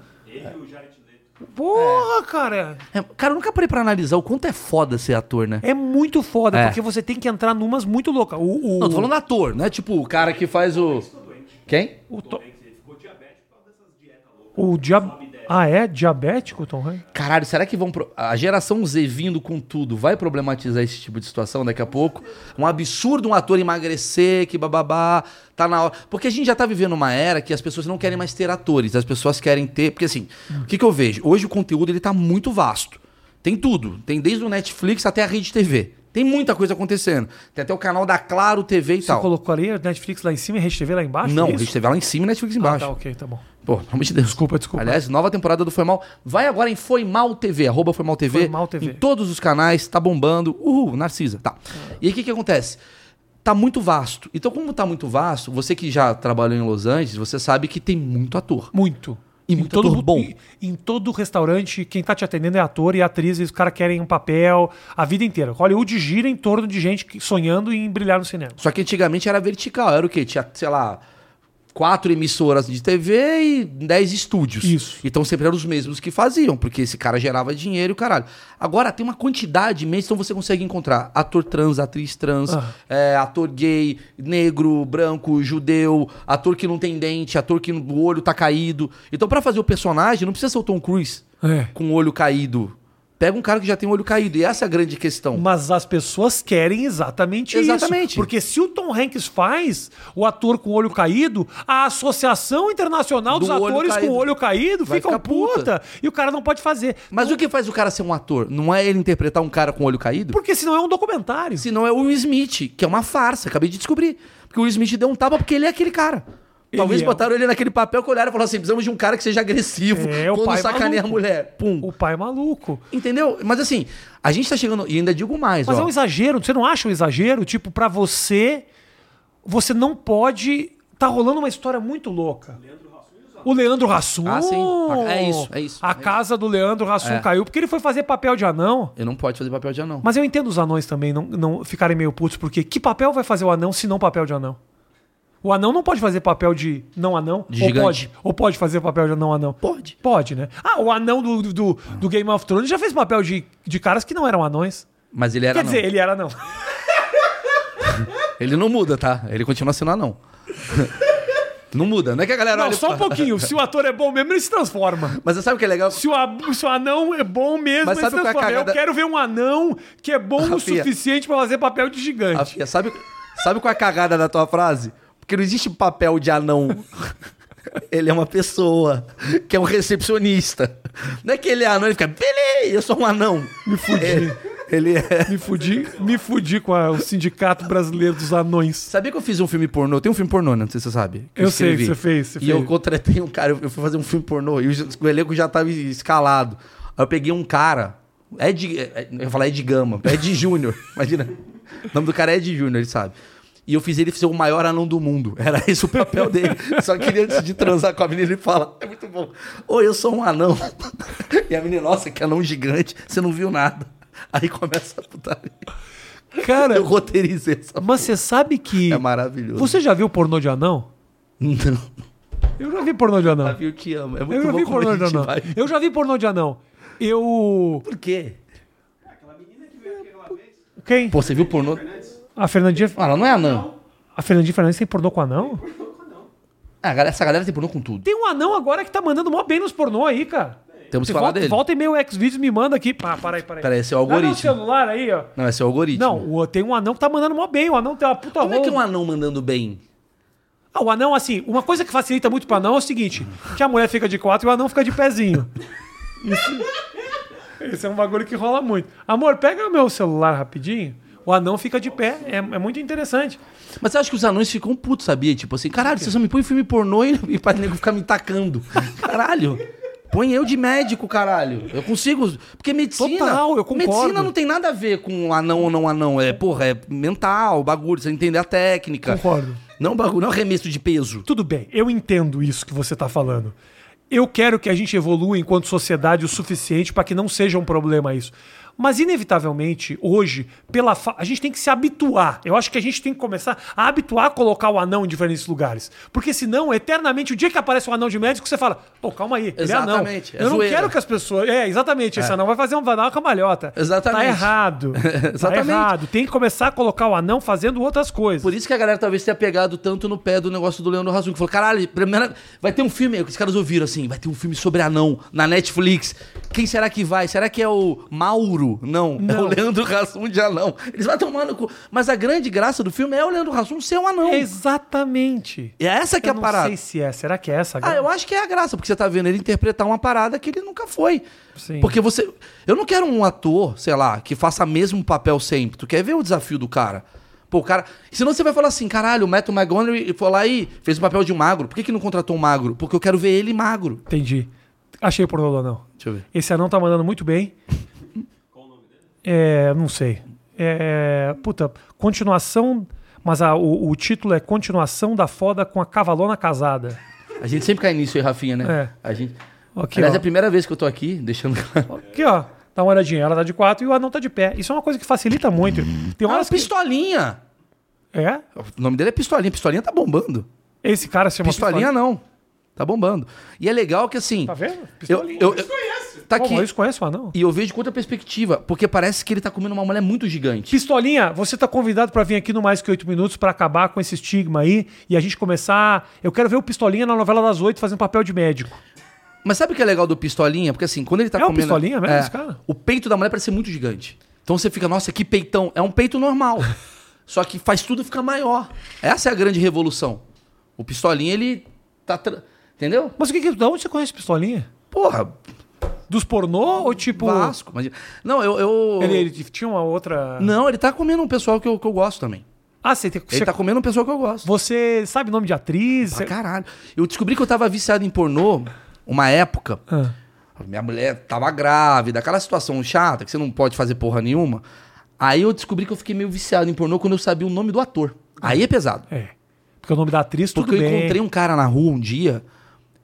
S1: Porra, cara.
S2: É, cara, eu nunca parei pra analisar o quanto é foda ser ator, né?
S1: É muito foda,
S2: É.
S1: porque você tem que entrar numas muito loucas. O, o,
S2: Não, tô falando ator, não é tipo o cara que faz o. Quem?
S1: o, to... o dia... Ah, é? Diabético, Tom Hanks?
S2: Caralho, será que vão. pro- A geração Z vindo com tudo vai problematizar esse tipo de situação daqui a pouco? Um absurdo um ator emagrecer, que bababá, tá na hora. Porque a gente já tá vivendo uma era que as pessoas não querem mais ter atores, as pessoas querem ter. Porque assim, o que, que eu vejo? Hoje o conteúdo ele tá muito vasto. Tem tudo. Tem desde o Netflix até a rede TV. Tem muita coisa acontecendo. Tem até o canal da Claro TV e
S1: Você
S2: tal.
S1: colocou ali a Netflix lá em cima e a Rede TV lá embaixo?
S2: Então. Não,
S1: é
S2: a
S1: isso?
S2: rede TV lá em cima e Netflix
S1: Ah,
S2: embaixo.
S1: tá, ok, tá bom.
S2: Pô, pelo amor de Deus.
S1: Desculpa, desculpa.
S2: Aliás, nova temporada do Foi Mal. Vai agora em Foi Mal TV, arroba Foi Mal TV.
S1: Foi Mal TV.
S2: Em todos os canais, tá bombando. Uhul, Narcisa, tá.
S1: É.
S2: E aí o que, que acontece? Tá muito vasto. Então, como tá muito vasto, você que já trabalhou em Los Angeles, você sabe que tem muito ator.
S1: Muito.
S2: E
S1: Em
S2: muito
S1: todo
S2: ator bom.
S1: Em, em todo restaurante, quem tá te atendendo é ator e atriz, e os caras querem um papel a vida inteira. Hollywood gira em torno de gente que- sonhando em brilhar no cinema.
S2: Só que antigamente era vertical, era o quê? Tinha, sei lá, quatro emissoras de TV e dez estúdios.
S1: Isso.
S2: Então sempre eram os mesmos que faziam, porque esse cara gerava dinheiro e o caralho. Agora tem uma quantidade imensa, então você consegue encontrar ator trans, atriz trans,
S1: Ah.
S2: é, ator gay, negro, branco, judeu, ator que não tem dente, ator que o olho tá caído. Então pra fazer o personagem não precisa ser o Tom Cruise
S1: É.
S2: com o olho caído. Pega um cara que já tem o olho caído, e essa é a grande questão.
S1: Mas as pessoas querem exatamente,
S2: Exatamente.
S1: isso. Porque se o Tom Hanks faz, o ator com o olho caído, a Associação Internacional dos
S2: Do olho
S1: Atores com
S2: caído.
S1: o olho caído
S2: Vai
S1: ficam
S2: ficar puta.
S1: puta e o cara não pode fazer.
S2: Mas o que faz o cara ser um ator? Não é ele interpretar um cara com o olho caído?
S1: Porque senão é um documentário.
S2: Se não é o Will Smith, que é uma farsa, acabei de descobrir. Porque o Will Smith deu um tapa porque ele é aquele cara.
S1: Ele
S2: Talvez
S1: é.
S2: botaram ele naquele papel que olharam e falaram assim: precisamos de um cara que seja agressivo
S1: É, o
S2: quando
S1: pai
S2: sacaneia
S1: maluco.
S2: a mulher. Pum.
S1: O pai é maluco.
S2: Entendeu? Mas assim, a gente tá chegando. E ainda digo mais,
S1: Mas
S2: ó.
S1: é um exagero, você não acha um exagero? Tipo, pra você, você não pode. Tá rolando uma história muito louca. O Leandro Rassum.
S2: Ah, sim. É isso, é isso,
S1: A
S2: é isso.
S1: casa do Leandro Rassum
S2: É.
S1: caiu porque ele foi fazer papel de anão.
S2: Eu não pode fazer papel de anão.
S1: Mas eu entendo os anões também não, não ficarem meio putos, porque que papel vai fazer o anão se não papel de anão? O anão não pode fazer papel de não anão?
S2: De
S1: ou
S2: gigante.
S1: pode? Ou pode fazer papel de não anão?
S2: Pode. Ah.
S1: Pode, né? Ah, o anão do, do, do Game of Thrones já fez papel de, de caras que não eram anões.
S2: Mas ele era
S1: Quer
S2: Ah, não.
S1: dizer, ele era não.
S2: Ele não muda, tá? Ele continua sendo anão. não muda. Não é que a galera
S1: Não,
S2: olha e
S1: só um
S2: fala-
S1: pouquinho. Se o ator é bom mesmo, ele se transforma.
S2: Mas sabe o que é legal?
S1: Se o, ab- se o anão é bom mesmo,
S2: Mas
S1: ele se
S2: sabe qual é a
S1: transforma. Eu
S2: cagada?
S1: quero ver um anão que é bom o
S2: Rafinha.
S1: suficiente pra fazer papel de
S2: Ah,
S1: gigante.
S2: filha, sabe, sabe qual é a cagada da tua frase? Porque não existe papel de anão. Ele é uma pessoa que é um recepcionista. Não é que ele é anão, ele fica, beleza, eu sou um anão.
S1: Me fudi.
S2: Ele é.
S1: Me fudi, me fudi com a- o Sindicato Brasileiro dos Anões.
S2: Sabia que eu fiz um filme pornô? Tem um filme pornô, né? Não sei se você sabe.
S1: Eu sei que
S2: escrevi.
S1: você fez, você
S2: e eu
S1: fez.
S2: contratei um cara, eu eu fui fazer um filme pornô e o o elenco já tava escalado. Aí eu peguei um cara, Ed, é- eu ia falar Ed Gama, Ed Júnior, imagina. O nome do cara é Ed Júnior, ele sabe. E eu fiz ele ser o maior anão do mundo. Era esse o papel dele. Só que ele, antes de transar com a menina, ele fala: É muito bom. Oi, eu sou um anão. E a menina, nossa, que anão gigante, você não viu nada. Aí começa a putaria.
S1: Cara,
S2: Eu roteirizei essa.
S1: mas você sabe que.
S2: É maravilhoso.
S1: Você já viu pornô de anão?
S2: Não.
S1: Eu já vi pornô de anão.
S2: Davi, eu te amo. É muito
S1: Eu já
S2: bom
S1: vi
S2: como
S1: pornô
S2: a
S1: de
S2: gente
S1: anão.
S2: vai.
S1: Eu já vi pornô de anão. Eu.
S2: Por quê?
S1: Quem?
S2: Pô, você viu pornô?
S1: A Fernandinha.
S2: Ah, ela não é anão.
S1: A Fernandinha Fernandes tem pornô com anão?
S2: Ah, galera- essa galera tem pornô com tudo.
S1: Tem um anão agora que tá mandando mó bem nos pornô aí, cara.
S2: Temos que falar
S1: volta,
S2: dele.
S1: volta e meio o Xvideos me manda aqui. Ah, para aí, para aí.
S2: Peraí, esse é o
S1: Dá meu
S2: algoritmo.
S1: celular aí, ó.
S2: Não, esse é o algoritmo.
S1: Não, o- tem um anão que tá mandando mó bem. O anão tem uma puta
S2: Como é que é
S1: rola.
S2: um anão mandando bem?
S1: Ah, o anão, assim, uma coisa que facilita muito pro anão é o seguinte: que a mulher fica de quatro e o anão fica de pezinho. Isso. Esse é um bagulho que rola muito. Amor, pega o meu celular rapidinho. O anão fica de pé. É, é muito interessante.
S2: Mas você acha que os anões ficam putos, sabia? Tipo assim, caralho, você só me põe em filme pornô e, e pra nego ficar me tacando. Caralho. Põe eu de médico, caralho. Eu consigo. Porque medicina.
S1: Total, eu concordo.
S2: Medicina não tem nada a ver com anão ou não anão. É, porra, é mental, bagulho, você entender a técnica.
S1: Concordo.
S2: Não bagulho, não arremesso de peso.
S1: Tudo bem, eu entendo isso que você está falando. Eu quero que a gente evolua enquanto sociedade o suficiente para que não seja um problema isso. Mas, inevitavelmente, hoje, pela fa- a gente tem que se habituar. Eu acho que a gente tem que começar a habituar a colocar o anão em diferentes lugares. Porque, senão, eternamente, o dia que aparece um anão de médico, você fala: pô, calma aí, ele é anão.
S2: Exatamente, é
S1: Eu não
S2: zoeira.
S1: quero que as pessoas. É, exatamente, esse anão vai fazer um anão com a malhota.
S2: Exatamente.
S1: Tá errado. tá
S2: Exatamente.
S1: errado. Tem que começar a colocar o anão fazendo outras coisas.
S2: Por isso que a galera talvez tenha pegado tanto no pé do negócio do Leandro Hassum, que falou, caralho, primeira... vai ter um filme, aí, que os caras ouviram assim, vai ter um filme sobre anão na Netflix. Quem será que vai? Será que é o Mauro? Não, é o Leandro Hassum de anão. Eles vão tomando cu. Mas a grande graça do filme é o Leandro Hassum ser um anão. É,
S1: Exatamente.
S2: essa que é
S1: eu
S2: a
S1: não
S2: parada.
S1: sei se é. Será que é essa?
S2: Ah, eu acho que é a graça, porque você tá vendo ele interpretar uma parada que ele nunca foi.
S1: Sim.
S2: Porque você. Eu não quero um ator, sei lá, que faça o mesmo papel sempre. Tu quer ver o desafio do cara? Pô, o cara. Senão você vai falar assim, caralho, o Matthew McGonaghy foi lá e fez o papel de um magro. Por que, que não contratou um magro? Porque eu quero ver ele magro.
S1: Entendi. Achei o pornô do anão.
S2: Deixa eu ver.
S1: Esse anão tá mandando muito bem. Qual o nome dele? É, não sei. É, puta, continuação... Mas a- o, o título é Continuação da Foda com a Cavalona Casada.
S2: A gente sempre cai nisso aí, Rafinha, né? A gente.
S1: Aqui,
S2: Aliás, é
S1: É. ó.
S2: a primeira vez que eu tô aqui, deixando claro.
S1: Aqui, ó. Dá uma olhadinha. Ela tá de quatro e o anão tá de pé. Isso é uma coisa que facilita muito. Tem
S2: Ah,
S1: horas que...
S2: pistolinha!
S1: É?
S2: O nome dele é Pistolinha. Pistolinha tá bombando.
S1: Esse cara se chama...
S2: Pistolinha não. Tá bombando. E é legal que assim.
S1: Tá vendo?
S2: Eu,
S1: Pistolinha.
S2: eu, tá
S1: Pô,
S2: aqui.
S1: mas eles conhecem o anão?
S2: E eu vejo com outra perspectiva, porque parece que ele tá comendo uma mulher muito gigante.
S1: Pistolinha, você tá convidado pra vir aqui no Mais Que Oito Minutos pra acabar com esse estigma aí e a gente começar... Eu quero ver o Pistolinha na novela das oito fazendo papel de médico.
S2: Mas sabe o que é legal do pistolinha? Porque assim, quando ele tá
S1: É o
S2: comendo.
S1: Pistolinha mesmo, esse cara?
S2: O peito da mulher parece ser muito gigante. Então você fica, nossa, que peitão. É um peito normal. Só que faz tudo ficar maior. Essa é a grande revolução. O pistolinha, ele tá. tra- Entendeu?
S1: Mas o que, que da onde você conhece Pistolinha?
S2: Porra,
S1: Dos pornô ou tipo.
S2: Vasco. Imagina. Não, eu. eu-
S1: Ele, ele tinha uma outra.
S2: Não, ele tá comendo um pessoal que eu, que eu gosto também.
S1: Ah, você, tem-
S2: Ele
S1: você,
S2: tá comendo um pessoal que eu gosto.
S1: você sabe nome de atriz?
S2: Pra
S1: Você-
S2: caralho. Eu descobri que eu tava viciado em pornô uma época.
S1: Ah.
S2: Minha mulher tava grávida, aquela situação chata que você não pode fazer porra nenhuma. Aí eu descobri que eu fiquei meio viciado em pornô quando eu sabia o nome do ator. Aí é pesado.
S1: É. Porque o nome da atriz, tudo
S2: Porque eu
S1: bem.
S2: encontrei um cara na rua um dia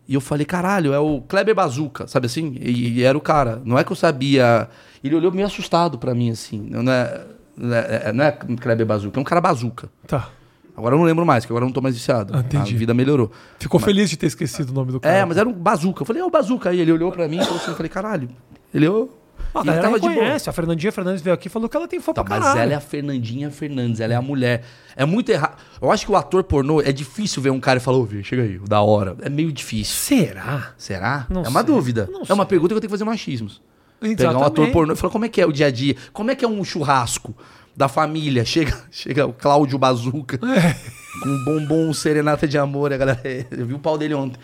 S2: e eu falei, caralho, é o Kleber Bazuca, sabe assim? E, e era o cara. Não é que eu sabia. Ele olhou meio assustado pra mim, assim. Não é, não é, não é Kleber Bazuca, é um cara bazuca.
S1: Tá.
S2: Agora eu não lembro mais, que agora eu não tô mais viciado.
S1: Ah, entendi.
S2: A vida melhorou.
S1: Ficou feliz de ter esquecido o nome do cara.
S2: É, mas era um bazuca. Eu falei, é o bazuca. Aí ele olhou pra mim e falou assim, eu falei, caralho. Ele olhou.
S1: Ah, a
S2: ele
S1: galera reconhece. A Fernandinha Fernandes veio aqui e falou que ela tem fã
S2: Tá,
S1: pra
S2: mas
S1: caralho.
S2: ela é a Fernandinha Fernandes, ela é a mulher. É muito errado. Eu acho que o ator pornô, é difícil ver um cara e falar, ô, Vê, chega aí, da hora. É meio difícil.
S1: Será?
S2: Será?
S1: Não
S2: é uma
S1: sei.
S2: dúvida.
S1: Não
S2: é uma
S1: sei.
S2: pergunta que eu tenho que fazer machismos. Pegar um ator
S1: Exatamente.
S2: pornô e falar, como é que é o dia a dia? Como é que é um churrasco da família? Chega, chega o Cláudio Bazuca
S1: É.
S2: com um bombom, serenata de amor. A galera, eu vi o pau dele ontem.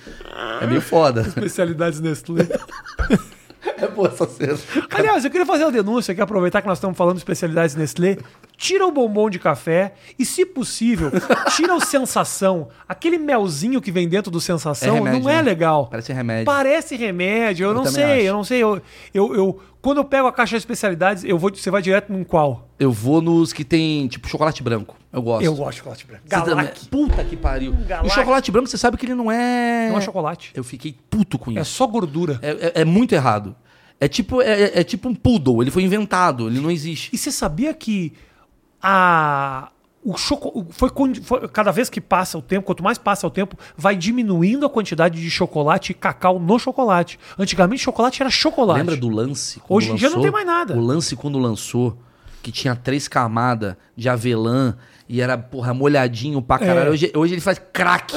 S2: É meio foda.
S1: Especialidades Nestlé.
S2: É boa essa cena.
S1: Aliás, eu queria fazer uma denúncia aqui, aproveitar que nós estamos falando de especialidades Nestlé. Tira o bombom de café e, se possível, tira o sensação. Aquele melzinho que vem dentro do sensação
S2: É remédio,
S1: não é
S2: né?
S1: legal.
S2: Parece remédio.
S1: Parece remédio, eu, não
S2: também
S1: sei,
S2: acho.
S1: eu não sei. Eu, eu, eu- quando eu pego a caixa de especialidades, eu vou, você vai direto num qual?
S2: Eu vou nos que tem, tipo, chocolate branco. Eu gosto.
S1: Eu gosto de chocolate branco.
S2: Você também-
S1: Galac.
S2: Puta que pariu. E
S1: Galac.
S2: o chocolate branco, você sabe que ele não é...
S1: Não é chocolate.
S2: Eu fiquei puto com
S1: É
S2: isso.
S1: só gordura.
S2: É, é- é muito errado. É tipo, é, é- é tipo um poodle. Ele foi inventado. Ele não existe.
S1: E você sabia que a o choco, o- foi, con- foi- cada vez que passa o tempo, quanto mais passa o tempo, vai diminuindo a quantidade de chocolate e cacau no chocolate. Antigamente chocolate era chocolate.
S2: Lembra do lance? quando
S1: Hoje em dia não tem mais nada.
S2: O lance quando lançou, que tinha três camadas de avelã E era, porra, molhadinho
S1: É.
S2: pra caralho. Hoje, hoje ele faz crack.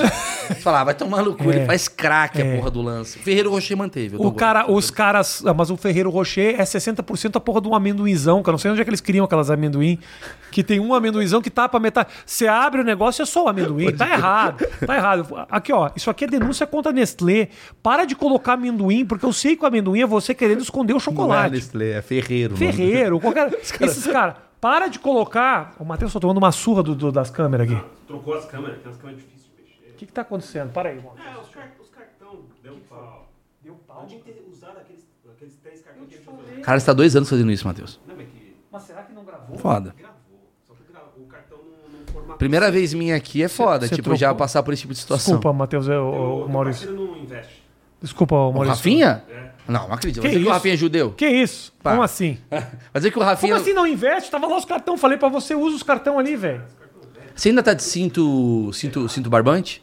S2: Falava, vai tomar no cu, ele faz crack a porra do lance. Ferreiro Rocher manteve. eu tô
S1: É. O cara,
S2: gostando.
S1: os caras. ah, Mas o Ferreiro Rocher é 60% a porra de um amendoinzão, que eu não sei onde é que eles criam aquelas amendoim. Que tem um amendoinzão que tapa metade. Você abre o negócio e é só o amendoim. tá errado. Tá errado. Aqui, ó. Isso aqui é denúncia contra a Nestlé. Para de colocar amendoim, porque eu sei que o amendoim é você querendo esconder o
S2: Não é
S1: chocolate.
S2: Nestlé, é Ferreiro. o nome.
S1: Ferreiro, qualquer. Esses caras. Para de colocar. O Matheus tá tomando uma surra do- do- das câmeras aqui.
S3: Trocou as câmeras, que as câmeras difíceis de mexer.
S1: O que, que tá acontecendo? Para aí, mano.
S3: É, os, car os cartão. Deu pau.
S1: Deu pau.
S3: Eu tinha que ter usado aqueles, aqueles três cartões que ele usou.
S2: Cara, você tá dois anos fazendo isso, Matheus.
S3: Lembra que
S1: Mas será que não gravou?
S2: Foda.
S3: gravou? Só que gra- o cartão não, não formatou.
S2: Primeira vez minha aqui é foda.
S1: Cê- cê
S2: tipo,
S1: trocou?
S2: já passar por esse tipo de situação.
S1: Desculpa, Matheus, eu-
S3: O,
S1: o, o
S3: o
S1: Maurício.
S3: parceiro não investe.
S1: Desculpa, o
S2: O
S1: Maurício.
S2: Rafinha?
S3: É.
S2: Não, não acredito.
S1: Que
S2: Vai dizer que o
S1: isso?
S2: Rafinha é judeu?
S1: Que isso?
S2: Pá.
S1: Como assim?
S2: Vai dizer que o Rafinha...
S1: Como assim não investe? Tava lá os cartão, falei pra você, usa os cartão ali, velho.
S2: Você ainda tá de cinto, cinto, cinto barbante?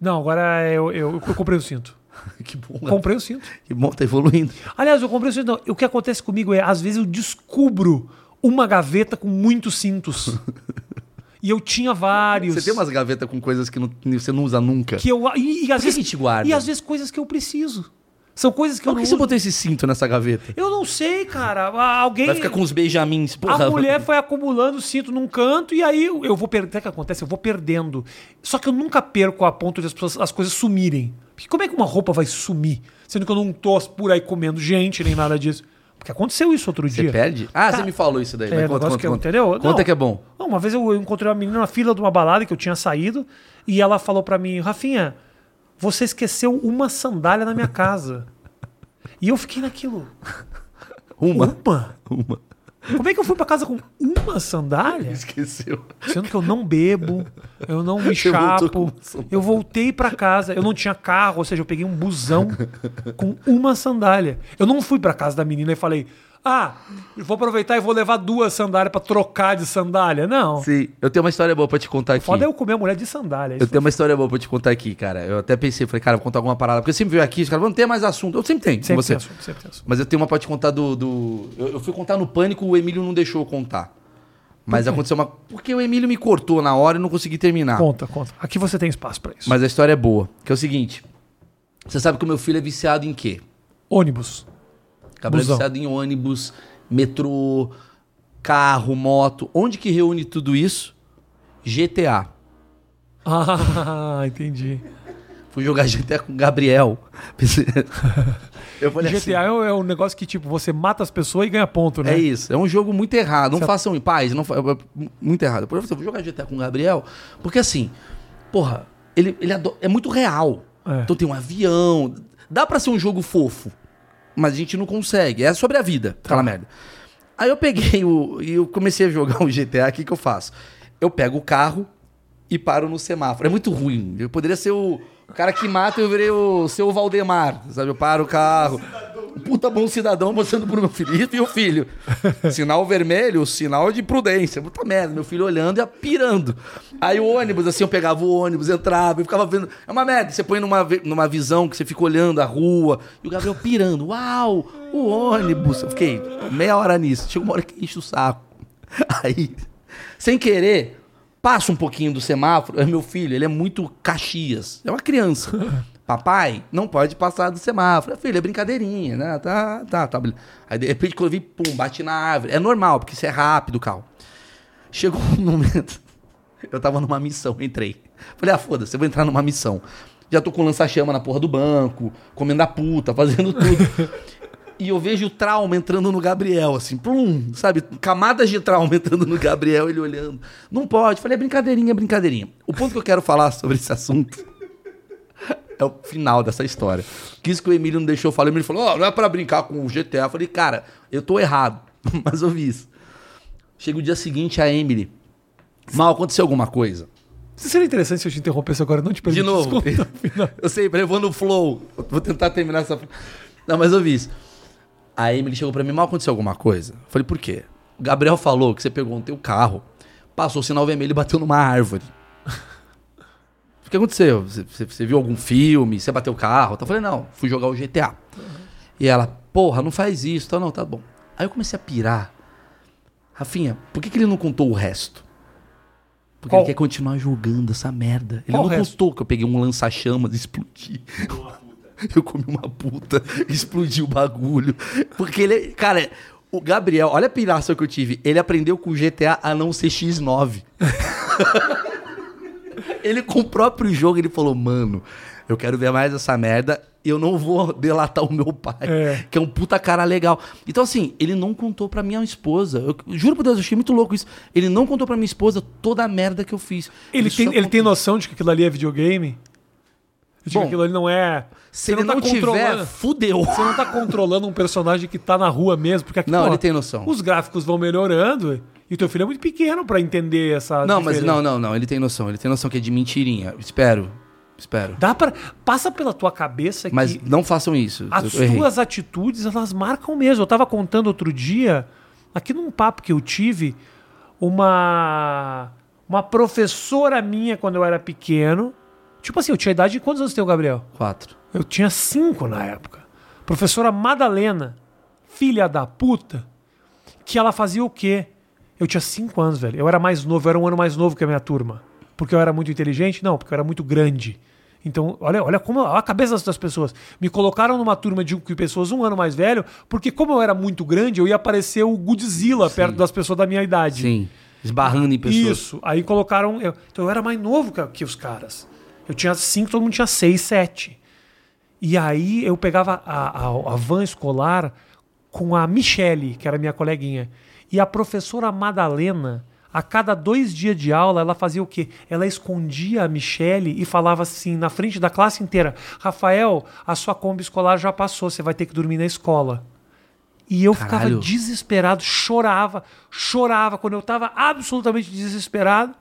S1: Não, agora eu, eu, eu comprei o cinto.
S2: que bom, né?
S1: Comprei o cinto.
S2: que bom, tá evoluindo.
S1: Aliás, eu comprei o cinto. não. O que acontece comigo é, às vezes eu descubro uma gaveta com muitos cintos. e eu tinha vários.
S2: Você tem umas gavetas com coisas que não- você não usa nunca.
S1: que eu e, e às
S2: que
S1: vezes
S2: a gente guarda?
S1: E às vezes coisas que eu preciso. São coisas que eu
S2: Por
S1: não
S2: que você
S1: uso.
S2: botou esse cinto nessa gaveta?
S1: Eu não sei, cara. Ah, Alguém
S2: Vai ficar com os benjamins, porra.
S1: A mulher foi acumulando cinto num canto e aí eu eu vou perdendo. Sabe O que acontece? Eu vou perdendo. Só que eu nunca perco a ponto de as, pessoas, as coisas sumirem. Porque como é que uma roupa vai sumir? Sendo que eu não tô por aí comendo gente nem nada disso. Porque aconteceu isso outro
S2: Você
S1: dia.
S2: perde? Ah, você me falou isso daí.
S1: É,
S2: mas
S1: negócio
S2: conta, conta,
S1: que eu-
S2: conta.
S1: entendeu?
S2: Conta
S1: Não.
S2: que é bom.
S1: Não, uma vez eu eu encontrei uma menina na fila de uma balada que eu tinha saído e ela falou pra mim, Rafinha, você esqueceu uma sandália na minha casa. e eu fiquei naquilo.
S2: Uma.
S1: Uma?
S2: Uma.
S1: Como é que eu fui pra casa com uma sandália?
S2: Esqueceu.
S1: Sendo que eu não bebo, eu não me
S2: Você voltou com
S1: chapo.
S2: uma sandália.
S1: Eu voltei pra casa, eu não tinha carro, ou seja, eu peguei um busão com uma sandália. Eu não fui pra casa da menina e falei: "Ah, eu vou aproveitar e vou levar duas sandálias pra trocar de sandália". Não.
S2: Sim, eu tenho uma história boa pra te contar aqui.
S1: Foda é eu comer a mulher de sandália.
S2: Eu tenho uma história boa pra te contar aqui, cara. Eu até pensei, falei, cara, vou contar alguma parada. Porque eu sempre veio aqui, os caras, não tem mais assunto. Eu sempre tenho com
S1: sempre
S2: você.
S1: penso, sempre penso.
S2: Mas eu tenho uma pra te contar do. do- Eu, eu fui contar no pânico, o Emílio não deixou eu contar. Mas aconteceu uma. Porque o Emílio me cortou na hora e não consegui terminar.
S1: Conta, conta. Aqui você tem espaço pra isso.
S2: Mas a história é boa. Que é o seguinte: você sabe que o meu filho é viciado em quê?
S1: Ônibus.
S2: Cabral é
S1: Busão.
S2: viciado em ônibus, metrô, carro, moto. Onde que reúne tudo isso? GTA.
S1: Ah, entendi.
S2: Fui jogar GTA com o Gabriel. Pensei- Eu falei assim,
S1: GTA é um- é um negócio que tipo, você mata as pessoas e ganha ponto, né?
S2: É isso, é um jogo muito errado. Não façam em paz, não fa... é muito errado. Depois eu falei, vou jogar GTA com o Gabriel, porque assim, porra, ele, ele ado- é muito real.
S1: É.
S2: Então tem um avião, dá pra ser um jogo fofo, mas a gente não consegue. É sobre a
S1: Tá.
S2: vida, aquela merda. Aí eu peguei o e eu comecei a jogar um GTA, o que que eu faço? Eu pego o carro e paro no semáforo. É muito ruim. Eu poderia ser o o cara que mata, eu virei o seu Valdemar, sabe? Eu paro o carro. Puta bom cidadão mostrando pro meu filhito e o filho. Sinal vermelho, sinal de prudência. Puta merda, meu filho olhando e a- pirando. Aí o ônibus, assim, eu pegava o ônibus, entrava, eu ficava vendo. É uma merda, você põe numa, ve- numa visão que você fica olhando a rua. E o Gabriel pirando. Uau, o ônibus. Eu fiquei meia hora nisso. Chega uma hora que enche o saco. Aí, sem querer, passa um pouquinho do semáforo. É meu filho, ele é muito Caxias. É uma criança. Papai, não pode passar do semáforo. Eu, Filho, é brincadeirinha, né? Tá, tá, tá. beleza. Aí de repente, quando eu vi, pum, bate na árvore. É normal, porque isso é rápido, Cal. Chegou um momento. Eu tava numa missão, entrei. Falei, ah, foda-se, eu vou entrar numa missão. Já tô com lança-chama na porra do banco, comendo a puta, fazendo tudo. e eu vejo o trauma entrando no Gabriel, assim, plum, sabe? Camadas de trauma entrando no Gabriel, ele olhando. Não pode. Falei, é brincadeirinha, é brincadeirinha. O ponto que eu quero falar sobre esse assunto é o final dessa história. Que isso que o Emílio não deixou eu falar. O Emílio falou, ó, não é pra brincar com o GTA. Eu falei, cara, eu tô errado, mas eu vi isso. Chega o dia seguinte, a Emily. Mal, aconteceu alguma coisa.
S1: Seria interessante se eu te interrompesse agora, não te
S2: De
S1: permitisse
S2: novo.
S1: contar o final.
S2: Eu sei, peraí, eu vou no flow. Eu Vou tentar terminar essa. Não, mas eu vi isso. A Emily chegou pra mim, mal aconteceu alguma coisa. Eu falei, por quê? O Gabriel falou que você pegou o teu carro, passou o sinal vermelho e bateu numa árvore. O que aconteceu? Você, você- você viu algum filme? Você bateu o carro? Eu falei, não, fui jogar o GTA. E ela, porra, não faz isso. Tá, não, tá bom. Aí eu comecei a pirar. Rafinha, por que, que ele não contou o resto? Porque
S1: Qual?
S2: ele quer continuar jogando essa merda. Ele
S1: Qual o
S2: não
S1: resto?
S2: contou que eu peguei um lança-chamas e explodi. Eu comi uma puta, explodi o bagulho. Porque ele, cara, o Gabriel, olha a piração que eu tive. Ele aprendeu com o GTA a não ser X9. ele com o próprio jogo, ele falou, mano, eu quero ver mais essa merda. Eu não vou delatar o meu pai,
S1: É.
S2: que é um puta cara legal. Então, assim, ele não contou pra minha esposa. Eu juro por Deus, eu achei muito louco isso. Ele não contou pra minha esposa toda a merda que eu fiz.
S1: Ele,
S2: só um
S1: tem, ele
S2: contou-
S1: tem noção de que aquilo ali é videogame? De que
S2: Bom,
S1: aquilo ali não é.
S2: Se ele não, tiver,
S1: controlando-
S2: fudeu.
S1: Você não tá controlando um personagem que tá na rua mesmo, porque aqui,
S2: Não, ele tem noção.
S1: Os gráficos vão melhorando e o teu filho é muito pequeno pra entender essa
S2: Não, mas
S1: diferença.
S2: não, não, não. Ele tem noção. Ele tem noção que é de mentirinha. Espero. Espero.
S1: Dá para passa pela tua cabeça
S2: Mas
S1: que
S2: não façam isso.
S1: as
S2: Eu errei.
S1: tuas atitudes, elas marcam mesmo. Eu tava contando outro dia, aqui num papo que eu tive, uma uma professora minha quando eu era pequeno. Tipo assim, eu tinha a idade de quantos anos tem o Gabriel?
S2: Quatro.
S1: Eu tinha cinco na época. Professora Madalena, filha da puta, que ela fazia o quê? Eu tinha cinco anos, velho. Eu era mais novo, eu era um ano mais novo que a minha turma. Porque eu era muito inteligente? Não, porque eu era muito grande. Então, olha, olha como olha a cabeça das pessoas. Me colocaram numa turma de de pessoas um ano mais velho, porque como eu era muito grande, eu ia parecer o Godzilla perto das pessoas da minha idade.
S2: Sim. Esbarrando em pessoas.
S1: Isso. Aí colocaram. Eu, então eu era mais novo que, que os caras. Eu tinha cinco, todo mundo tinha seis, sete. E aí eu pegava a, a, a van escolar com a Michele, que era minha coleguinha. E a professora Madalena, a cada dois dias de aula, ela fazia o quê? Ela escondia a Michele e falava assim, na frente da classe inteira: Rafael, a sua Kombi escolar já passou, você vai ter que dormir na escola. E eu ficava
S2: Caralho.
S1: desesperado, chorava, chorava. Quando eu estava absolutamente desesperado,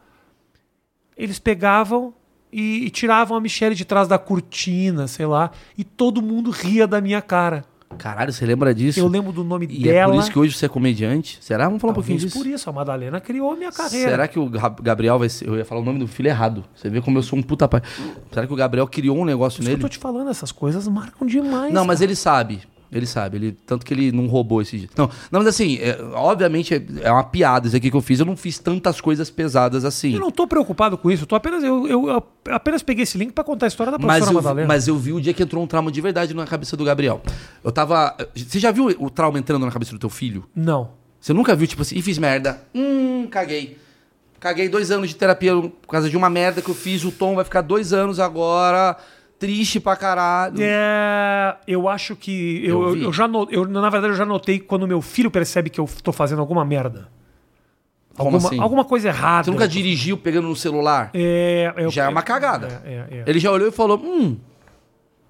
S1: eles pegavam e, e tiravam a Michelle de trás da cortina, sei lá, e todo mundo ria da minha cara.
S2: Caralho, você lembra disso?
S1: Eu lembro do nome
S2: E é
S1: dela.
S2: por isso que hoje você é comediante? Será? Vamos falar um pouquinho
S1: Talvez
S2: disso.
S1: por isso, a Madalena criou a minha carreira.
S2: Será que é o Gab- Gabriel vai ser. Eu ia falar o nome do filho errado. Você vê como eu sou um puta pai. Será que o Gabriel criou um negócio
S1: Por isso que eu
S2: nele?
S1: tô te falando, essas coisas marcam demais.
S2: Não, mas ele sabe. Ele sabe, ele, tanto que ele não roubou esse dia. Não, não mas assim, é- obviamente é, é uma piada isso aqui que eu fiz. Eu não fiz tantas coisas pesadas assim.
S1: Eu não tô preocupado com isso, eu, tô apenas, eu, eu- eu apenas peguei esse link pra contar a história da
S2: Mas
S1: professora
S2: eu,
S1: é Madalena.
S2: mas eu vi o dia que entrou um trauma de verdade na cabeça do Gabriel. Eu tava. Você já viu o trauma entrando na cabeça do teu filho?
S1: Não.
S2: Você nunca viu, tipo assim, e fiz merda. Hum, caguei. Caguei dois anos de terapia por causa de uma merda que eu fiz. O Tom vai ficar dois anos agora, triste pra caralho.
S1: É, eu acho que. Eu,
S2: Eu
S1: eu,
S2: vi.
S1: eu já no- eu, na verdade, eu já notei quando meu filho percebe que eu tô fazendo alguma merda.
S2: Como
S1: alguma,
S2: assim?
S1: alguma coisa errada.
S2: Você nunca dirigiu pegando no celular?
S1: É, eu-
S2: Já é uma
S1: eu-
S2: cagada.
S1: É, é, é.
S2: Ele já olhou e falou: hum,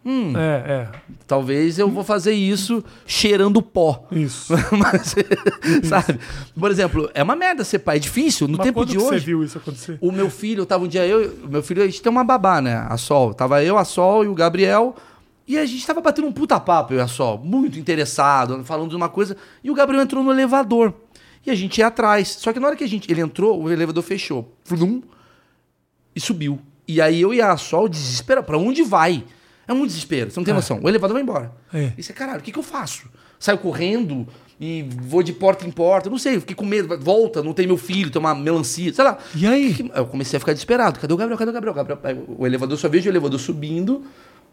S1: É,
S2: talvez eu vou fazer isso cheirando pó.
S1: é. Isso.
S2: Mas, sabe? Por exemplo, é uma merda ser pai, é difícil. No
S1: Mas
S2: tempo
S1: quando
S2: de
S1: que
S2: hoje.
S1: você viu isso acontecer?
S2: O meu filho, tava um dia eu, o meu filho, a gente tem uma babá, né? A Sol. Tava eu, a Sol e o Gabriel. E a gente tava batendo um puta papo, eu e a Sol, muito interessado, falando de uma coisa. E o Gabriel entrou no elevador. E a gente ia atrás. Só que na hora que a gente, ele entrou, o elevador fechou. Flum, e subiu. E aí eu e a Sol, desespero, pra onde vai? É um desespero, você não tem noção. O elevador vai embora.
S1: É.
S2: E você, caralho, o que, que eu faço? Saio correndo e vou de porta em porta, eu não sei, eu fiquei com medo, volta, não tem meu filho, tem uma melancia, sei lá.
S1: E aí?
S2: Que- Eu comecei a ficar desesperado. Cadê o Gabriel? Cadê o Gabriel? Gabriel? Aí O elevador, só vejo o elevador subindo.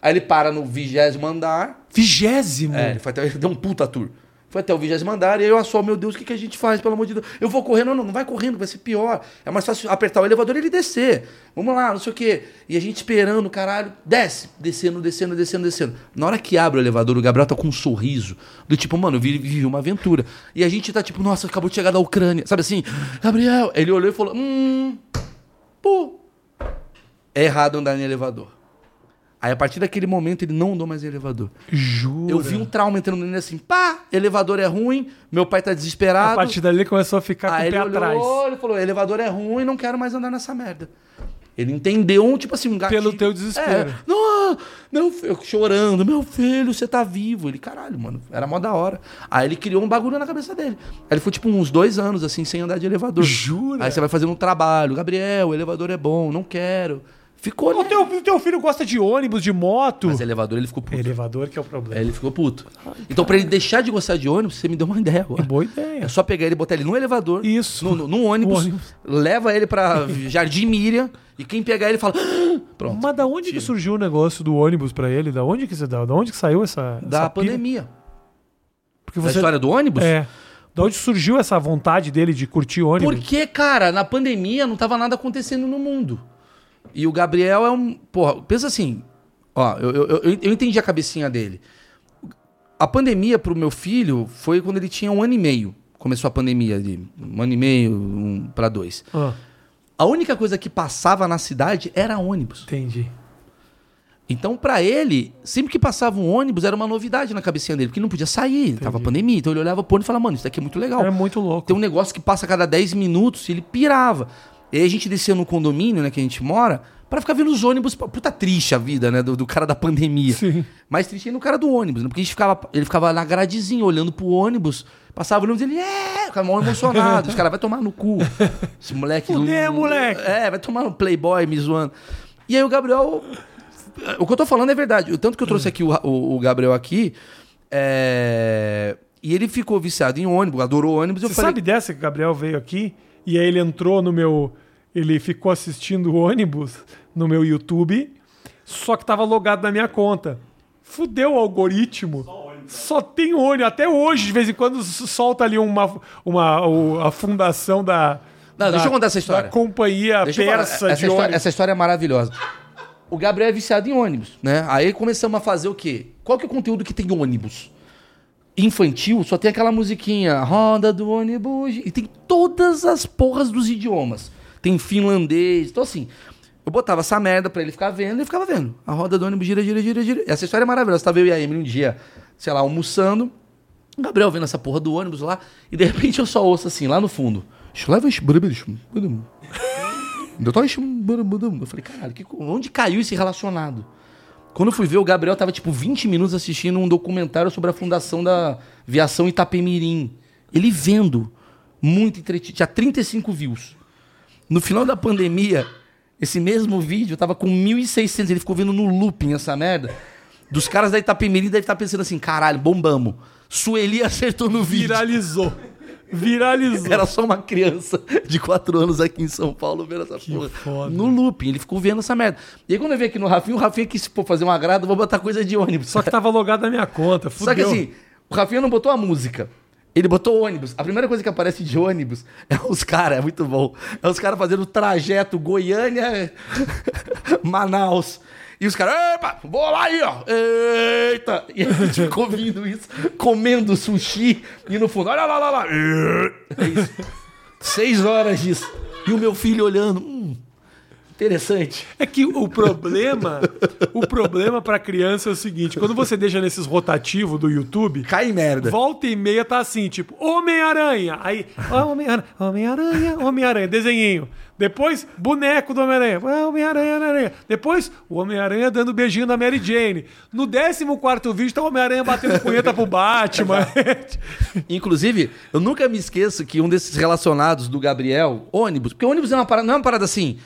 S2: Aí ele para no vigésimo andar.
S1: Vigésimo?
S2: É, ele foi até, ele deu um puta tour. Foi até o vigésimo andar e aí eu só, meu Deus, o que, que a gente faz, pelo amor de Deus? Eu vou correndo, não, não, não vai correndo, vai ser pior. É mais fácil apertar o elevador e ele descer. Vamos lá, não sei o quê. E a gente esperando, caralho, desce, descendo, descendo, descendo, descendo. Na hora que abre o elevador, o Gabriel tá com um sorriso. Do tipo, mano, eu vi- vivi uma aventura. E a gente tá tipo, nossa, acabou de chegar da Ucrânia. Sabe assim? Gabriel, ele olhou e falou, hum, pô, é errado andar em elevador. Aí a partir daquele momento ele não andou mais em elevador.
S1: Jura?
S2: Eu vi um trauma entrando nele assim, pá, elevador é ruim, meu pai tá desesperado.
S1: A partir dali Ah, ele começou a ficar com
S2: Aí
S1: o pé
S2: ele
S1: atrás.
S2: olhou, ele falou, elevador é ruim, não quero mais andar nessa merda. Ele entendeu, um, tipo assim, um gatilho.
S1: Pelo teu desespero.
S2: É, não, meu filho, chorando, meu filho, você tá vivo. Ele, caralho, mano, era mó da hora. Aí ele criou um bagulho na cabeça dele. Aí ele foi, tipo, uns dois anos, assim, sem andar de elevador.
S1: Jura?
S2: Aí você vai fazendo um trabalho, Gabriel, o elevador é bom, não quero. Ficou.
S1: O
S2: né?
S1: teu, o teu filho gosta de ônibus, de moto.
S2: Mas elevador ele ficou puto.
S1: Elevador que é o problema.
S2: Aí ele ficou puto. Então, pra ele deixar de gostar de ônibus, você me deu uma ideia agora.
S1: Que boa ideia.
S2: É só pegar ele, botar ele num elevador,
S1: Isso.
S2: no, no- num ônibus,
S1: No ônibus.
S2: leva ele pra Jardim Miriam, e quem pegar ele fala. "Ah!" Pronto.
S1: Mas da onde que surgiu o negócio do ônibus pra ele? Da onde que você da, da onde que saiu essa
S2: Da
S1: essa pilha?
S2: pandemia.
S1: Porque
S2: Da
S1: você
S2: história do ônibus?
S1: é. Da onde surgiu essa vontade dele de curtir ônibus?
S2: Porque, cara, na pandemia não tava nada acontecendo no mundo. E o Gabriel é um. Porra, pensa assim. Ó, eu, eu, eu, eu entendi a cabecinha dele. A pandemia pro meu filho foi quando ele tinha um ano e meio. Começou a pandemia de um ano e meio um, para dois.
S1: Ah,
S2: A única coisa que passava na cidade era ônibus.
S1: entendi.
S2: Então, pra ele, sempre que passava um ônibus, era uma novidade na cabecinha dele, porque ele não podia sair, tava pandemia. Então ele olhava pro ônibus e falava, mano, isso daqui é muito legal.
S1: Era muito louco.
S2: Tem um negócio que passa a cada 10 minutos e ele pirava. E aí a gente descia no condomínio, né, que a gente mora, pra ficar vendo os ônibus. Puta triste a vida, né, do, do cara da pandemia.
S1: Sim.
S2: Mais triste ainda o cara do ônibus, né? Porque a gente ficava, ele ficava na gradezinha, olhando pro ônibus, passava o ônibus ele, é, ficava mal emocionado. Os caras, vai tomar no cu. Esse moleque.
S1: Fudeu, moleque.
S2: É, vai tomar no Playboy me zoando. E aí o Gabriel. O que eu tô falando é verdade. O tanto que eu trouxe aqui o, o, o Gabriel aqui. É... E ele ficou viciado em ônibus, adorou ônibus. Eu
S1: Você
S2: falei,
S1: sabe dessa que o Gabriel veio aqui e aí ele entrou no meu. Ele ficou assistindo o ônibus no meu YouTube, só que tava logado na minha conta. Fudeu o algoritmo. Só tem ônibus. Até hoje, de vez em quando, s- solta ali uma, uma o- a fundação da.
S2: Não,
S1: da-
S2: deixa eu contar essa história.
S1: Da companhia
S2: Deixa eu falar,
S1: persa
S2: essa,
S1: de
S2: história,
S1: ônibus.
S2: essa história é maravilhosa. O Gabriel é viciado em ônibus, né? Aí começamos a fazer o quê? Qual que é o conteúdo que tem ônibus? Infantil, só tem aquela musiquinha, roda do ônibus, e tem todas as porras dos idiomas. Tem finlandês, então assim, eu botava essa merda pra ele ficar vendo, ele ficava vendo. A roda do ônibus gira, gira, gira, gira. Essa história é maravilhosa, tava eu e a Emily um dia, sei lá, almoçando, o Gabriel vendo essa porra do ônibus lá, e de repente eu só ouço assim, lá no fundo, eu tava um achando- Eu falei, caralho, que co- onde caiu esse relacionado? Quando eu fui ver, o Gabriel tava tipo 20 minutos assistindo um documentário sobre a fundação da aviação Itapemirim. Ele vendo. Muito entretido. Tinha 35 views. No final da pandemia, esse mesmo vídeo tava com 1.600. Ele ficou vendo no looping essa merda. Dos caras da Itapemirim devem estar pensando assim, caralho, bombamos. Sueli acertou no vídeo.
S1: Viralizou. Viralizou.
S2: Era só uma criança de 4 anos aqui em São Paulo vendo essa porra.
S1: foda.
S2: No looping, ele ficou vendo essa merda. E aí quando eu vi aqui no Rafinha, o Rafinha quis pô, fazer um agrado, eu vou botar coisa de ônibus.
S1: Só que tava logado na minha conta. Fudeu.
S2: Só que assim, o Rafinha não botou a música. Ele botou ônibus. A primeira coisa que aparece de ônibus é os caras, é muito bom. É os caras fazendo o trajeto Goiânia, Manaus. E os caras, epa, vou lá aí, ó. Eita! E a gente ficou ouvindo isso, comendo sushi. E no fundo, olha lá, lá, lá. É isso. Seis horas disso. E o meu filho olhando. Hum, interessante.
S1: É que o problema, o problema pra criança é o seguinte: quando você deixa nesses rotativos do YouTube,
S2: Cai merda.
S1: volta e meia tá assim, tipo, Homem-Aranha. Aí, ó, Homem-Aranha, Homem-Aranha, Homem-Aranha, desenhinho. Depois, boneco do Homem-Aranha. Ah, Homem-Aranha, Homem-Aranha. Depois, o Homem-Aranha dando beijinho na Mary Jane. No 14 vídeo, tá o Homem-Aranha batendo punheta pro Batman.
S2: Inclusive, eu nunca me esqueço que um desses relacionados do Gabriel, ônibus, porque ônibus é uma parada, não é uma parada assim,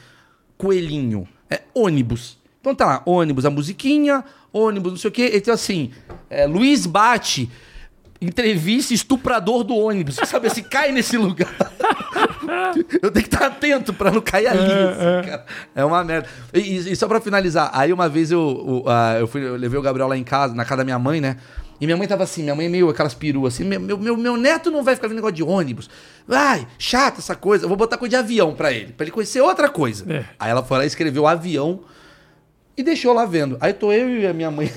S2: coelhinho, é ônibus. Então tá lá, ônibus, a musiquinha, ônibus, não sei o quê. Então assim, é, Luiz Bate, entrevista estuprador do ônibus. Sabe assim, cai nesse lugar. Eu tenho que estar atento pra não cair ali. assim, cara. É uma merda. E, e- e só pra finalizar, aí uma vez eu, o- a- eu, fui, eu levei o Gabriel lá em casa, na casa da minha mãe, né? E minha mãe tava assim, minha mãe meio aquelas peruas assim, meu, meu, meu, meu neto não vai ficar vendo negócio de ônibus. Ai, chata essa coisa. Eu vou botar coisa de avião pra ele, pra ele conhecer outra coisa.
S1: É.
S2: Aí ela foi lá e escreveu avião e deixou lá vendo. Aí tô eu e a minha mãe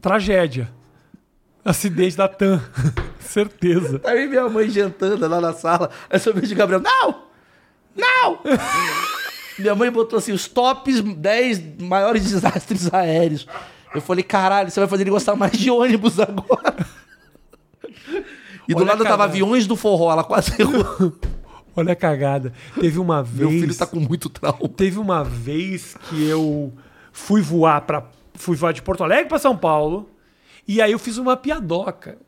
S1: Tragédia. Acidente da TAM. Certeza.
S2: Tá Aí minha mãe jantando lá na sala, aí só vejo o Gabriel, não! Não! minha mãe botou assim, os tops 10 maiores desastres aéreos. Eu falei, caralho, você vai fazer ele gostar mais de ônibus agora. E do
S1: Olha,
S2: lado tava
S1: cara.
S2: aviões do forró, ela quase errou.
S1: Olha a cagada. Teve uma vez.
S2: Meu filho tá com muito trauma.
S1: Teve uma vez que eu fui voar para fui voar de Porto Alegre para São Paulo e aí eu fiz uma piadoca.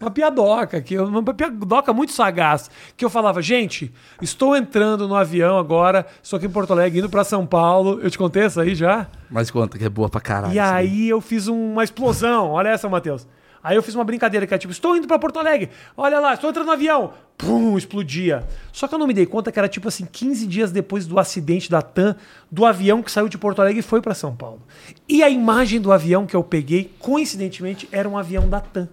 S1: Uma piadoca, que eu- uma piadoca muito sagaz. Que eu falava, gente, estou entrando no avião agora, estou aqui em Porto Alegre, indo para São Paulo. Eu te contei isso aí já?
S2: Mas conta que é boa pra caralho.
S1: E
S2: isso daí.
S1: aí eu fiz um, uma explosão. Olha essa, Matheus. Aí eu fiz uma brincadeira que era tipo, estou indo pra Porto Alegre. Olha lá, estou entrando no avião. Pum, explodia. Só que eu não me dei conta que era tipo assim, 15 dias depois do acidente da TAM, do avião que saiu de Porto Alegre e foi pra São Paulo. E a imagem do avião que eu peguei, coincidentemente, era um avião da TAM.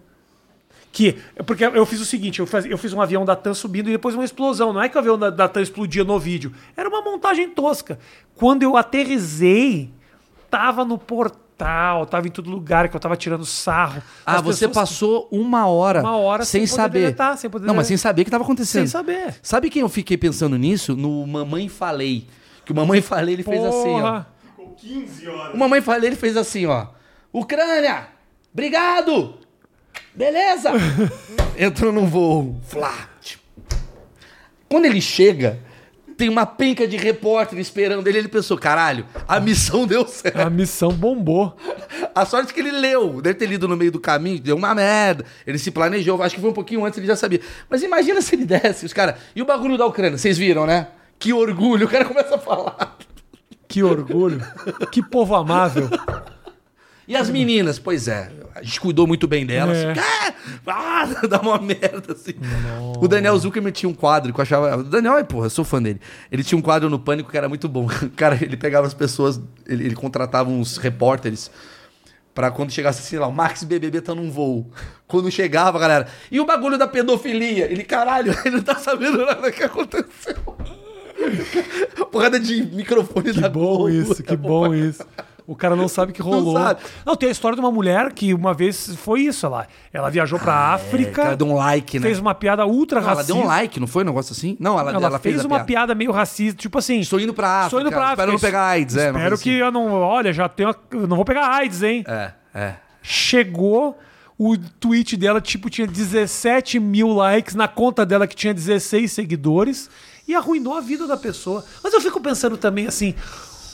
S1: Que, porque eu fiz o seguinte, eu, faz- eu fiz um avião da TAM subindo e depois uma explosão. Não é que o avião da, da TAM explodia no vídeo. Era uma montagem tosca. Quando eu aterrisei, tava no portal, tava em todo lugar, que eu tava tirando sarro.
S2: Ah,
S1: As
S2: você
S1: pessoas-
S2: passou uma hora,
S1: Uma hora
S2: sem,
S1: sem poder
S2: saber.
S1: deletar, sem poder
S2: não, mas
S1: deletar.
S2: sem saber o que estava acontecendo.
S1: Sem saber.
S2: Sabe quem eu fiquei pensando nisso? No Mamãe Falei. Que o Mamãe Falei, ele fez assim, ó.
S1: Porra.
S3: Ficou 15
S2: O
S3: horas.
S2: Mamãe Falei, ele fez assim, ó. Ucrânia! Obrigado! Beleza! Entrou num voo. Flá. tipo. Quando ele chega, tem uma penca de repórter esperando ele. Ele pensou, caralho, a missão deu certo.
S1: A missão bombou.
S2: A sorte é que ele leu, deve ter lido no meio do caminho, deu uma merda. Ele se planejou, acho que foi um pouquinho antes, ele já sabia. Mas imagina se ele desse, os caras. E o bagulho da Ucrânia, vocês viram, né? Que orgulho, o cara começa a falar.
S1: Que orgulho. que povo amável.
S2: E as meninas, pois é, a gente cuidou muito bem delas.
S1: É.
S2: Ah, ah, dá uma merda assim. O Daniel Zuckerman tinha um quadro que eu achava. O Daniel, ai, porra, eu sou fã dele. Ele tinha um quadro no Pânico que era muito bom. Cara, ele pegava as pessoas, ele, ele contratava uns repórteres. Pra quando chegasse, sei lá, o Max BBB tá num voo. Quando chegava, galera. E o bagulho da pedofilia? Ele, caralho, ele não tá sabendo nada que aconteceu. Porrada de microfone
S1: Que
S2: da
S1: bom
S2: Globo. É
S1: isso, que bom isso. O cara não sabe que rolou. Não,
S2: sabe.
S1: tem a história de uma mulher que uma vez foi isso, ela, ela viajou pra África.
S2: Cara, deu um like, né?
S1: fez uma piada ultra
S2: Não, ela
S1: racista.
S2: deu um like, não foi um negócio assim? Não, ela,
S1: Ela,
S2: ela
S1: fez,
S2: a
S1: uma piada. meio racista, tipo assim.
S2: Estou indo pra África.
S1: Estou indo pra
S2: Espero
S1: África.
S2: não pegar AIDS, é. uma
S1: Espero
S2: coisa
S1: que eu não. Olha, já tenho. a- eu não vou pegar AIDS, hein?
S2: assim. É, é.
S1: Chegou. O tweet dela, tipo, tinha 17 mil likes na conta dela, que tinha 16 seguidores, e arruinou a vida da pessoa. Mas eu fico pensando também assim: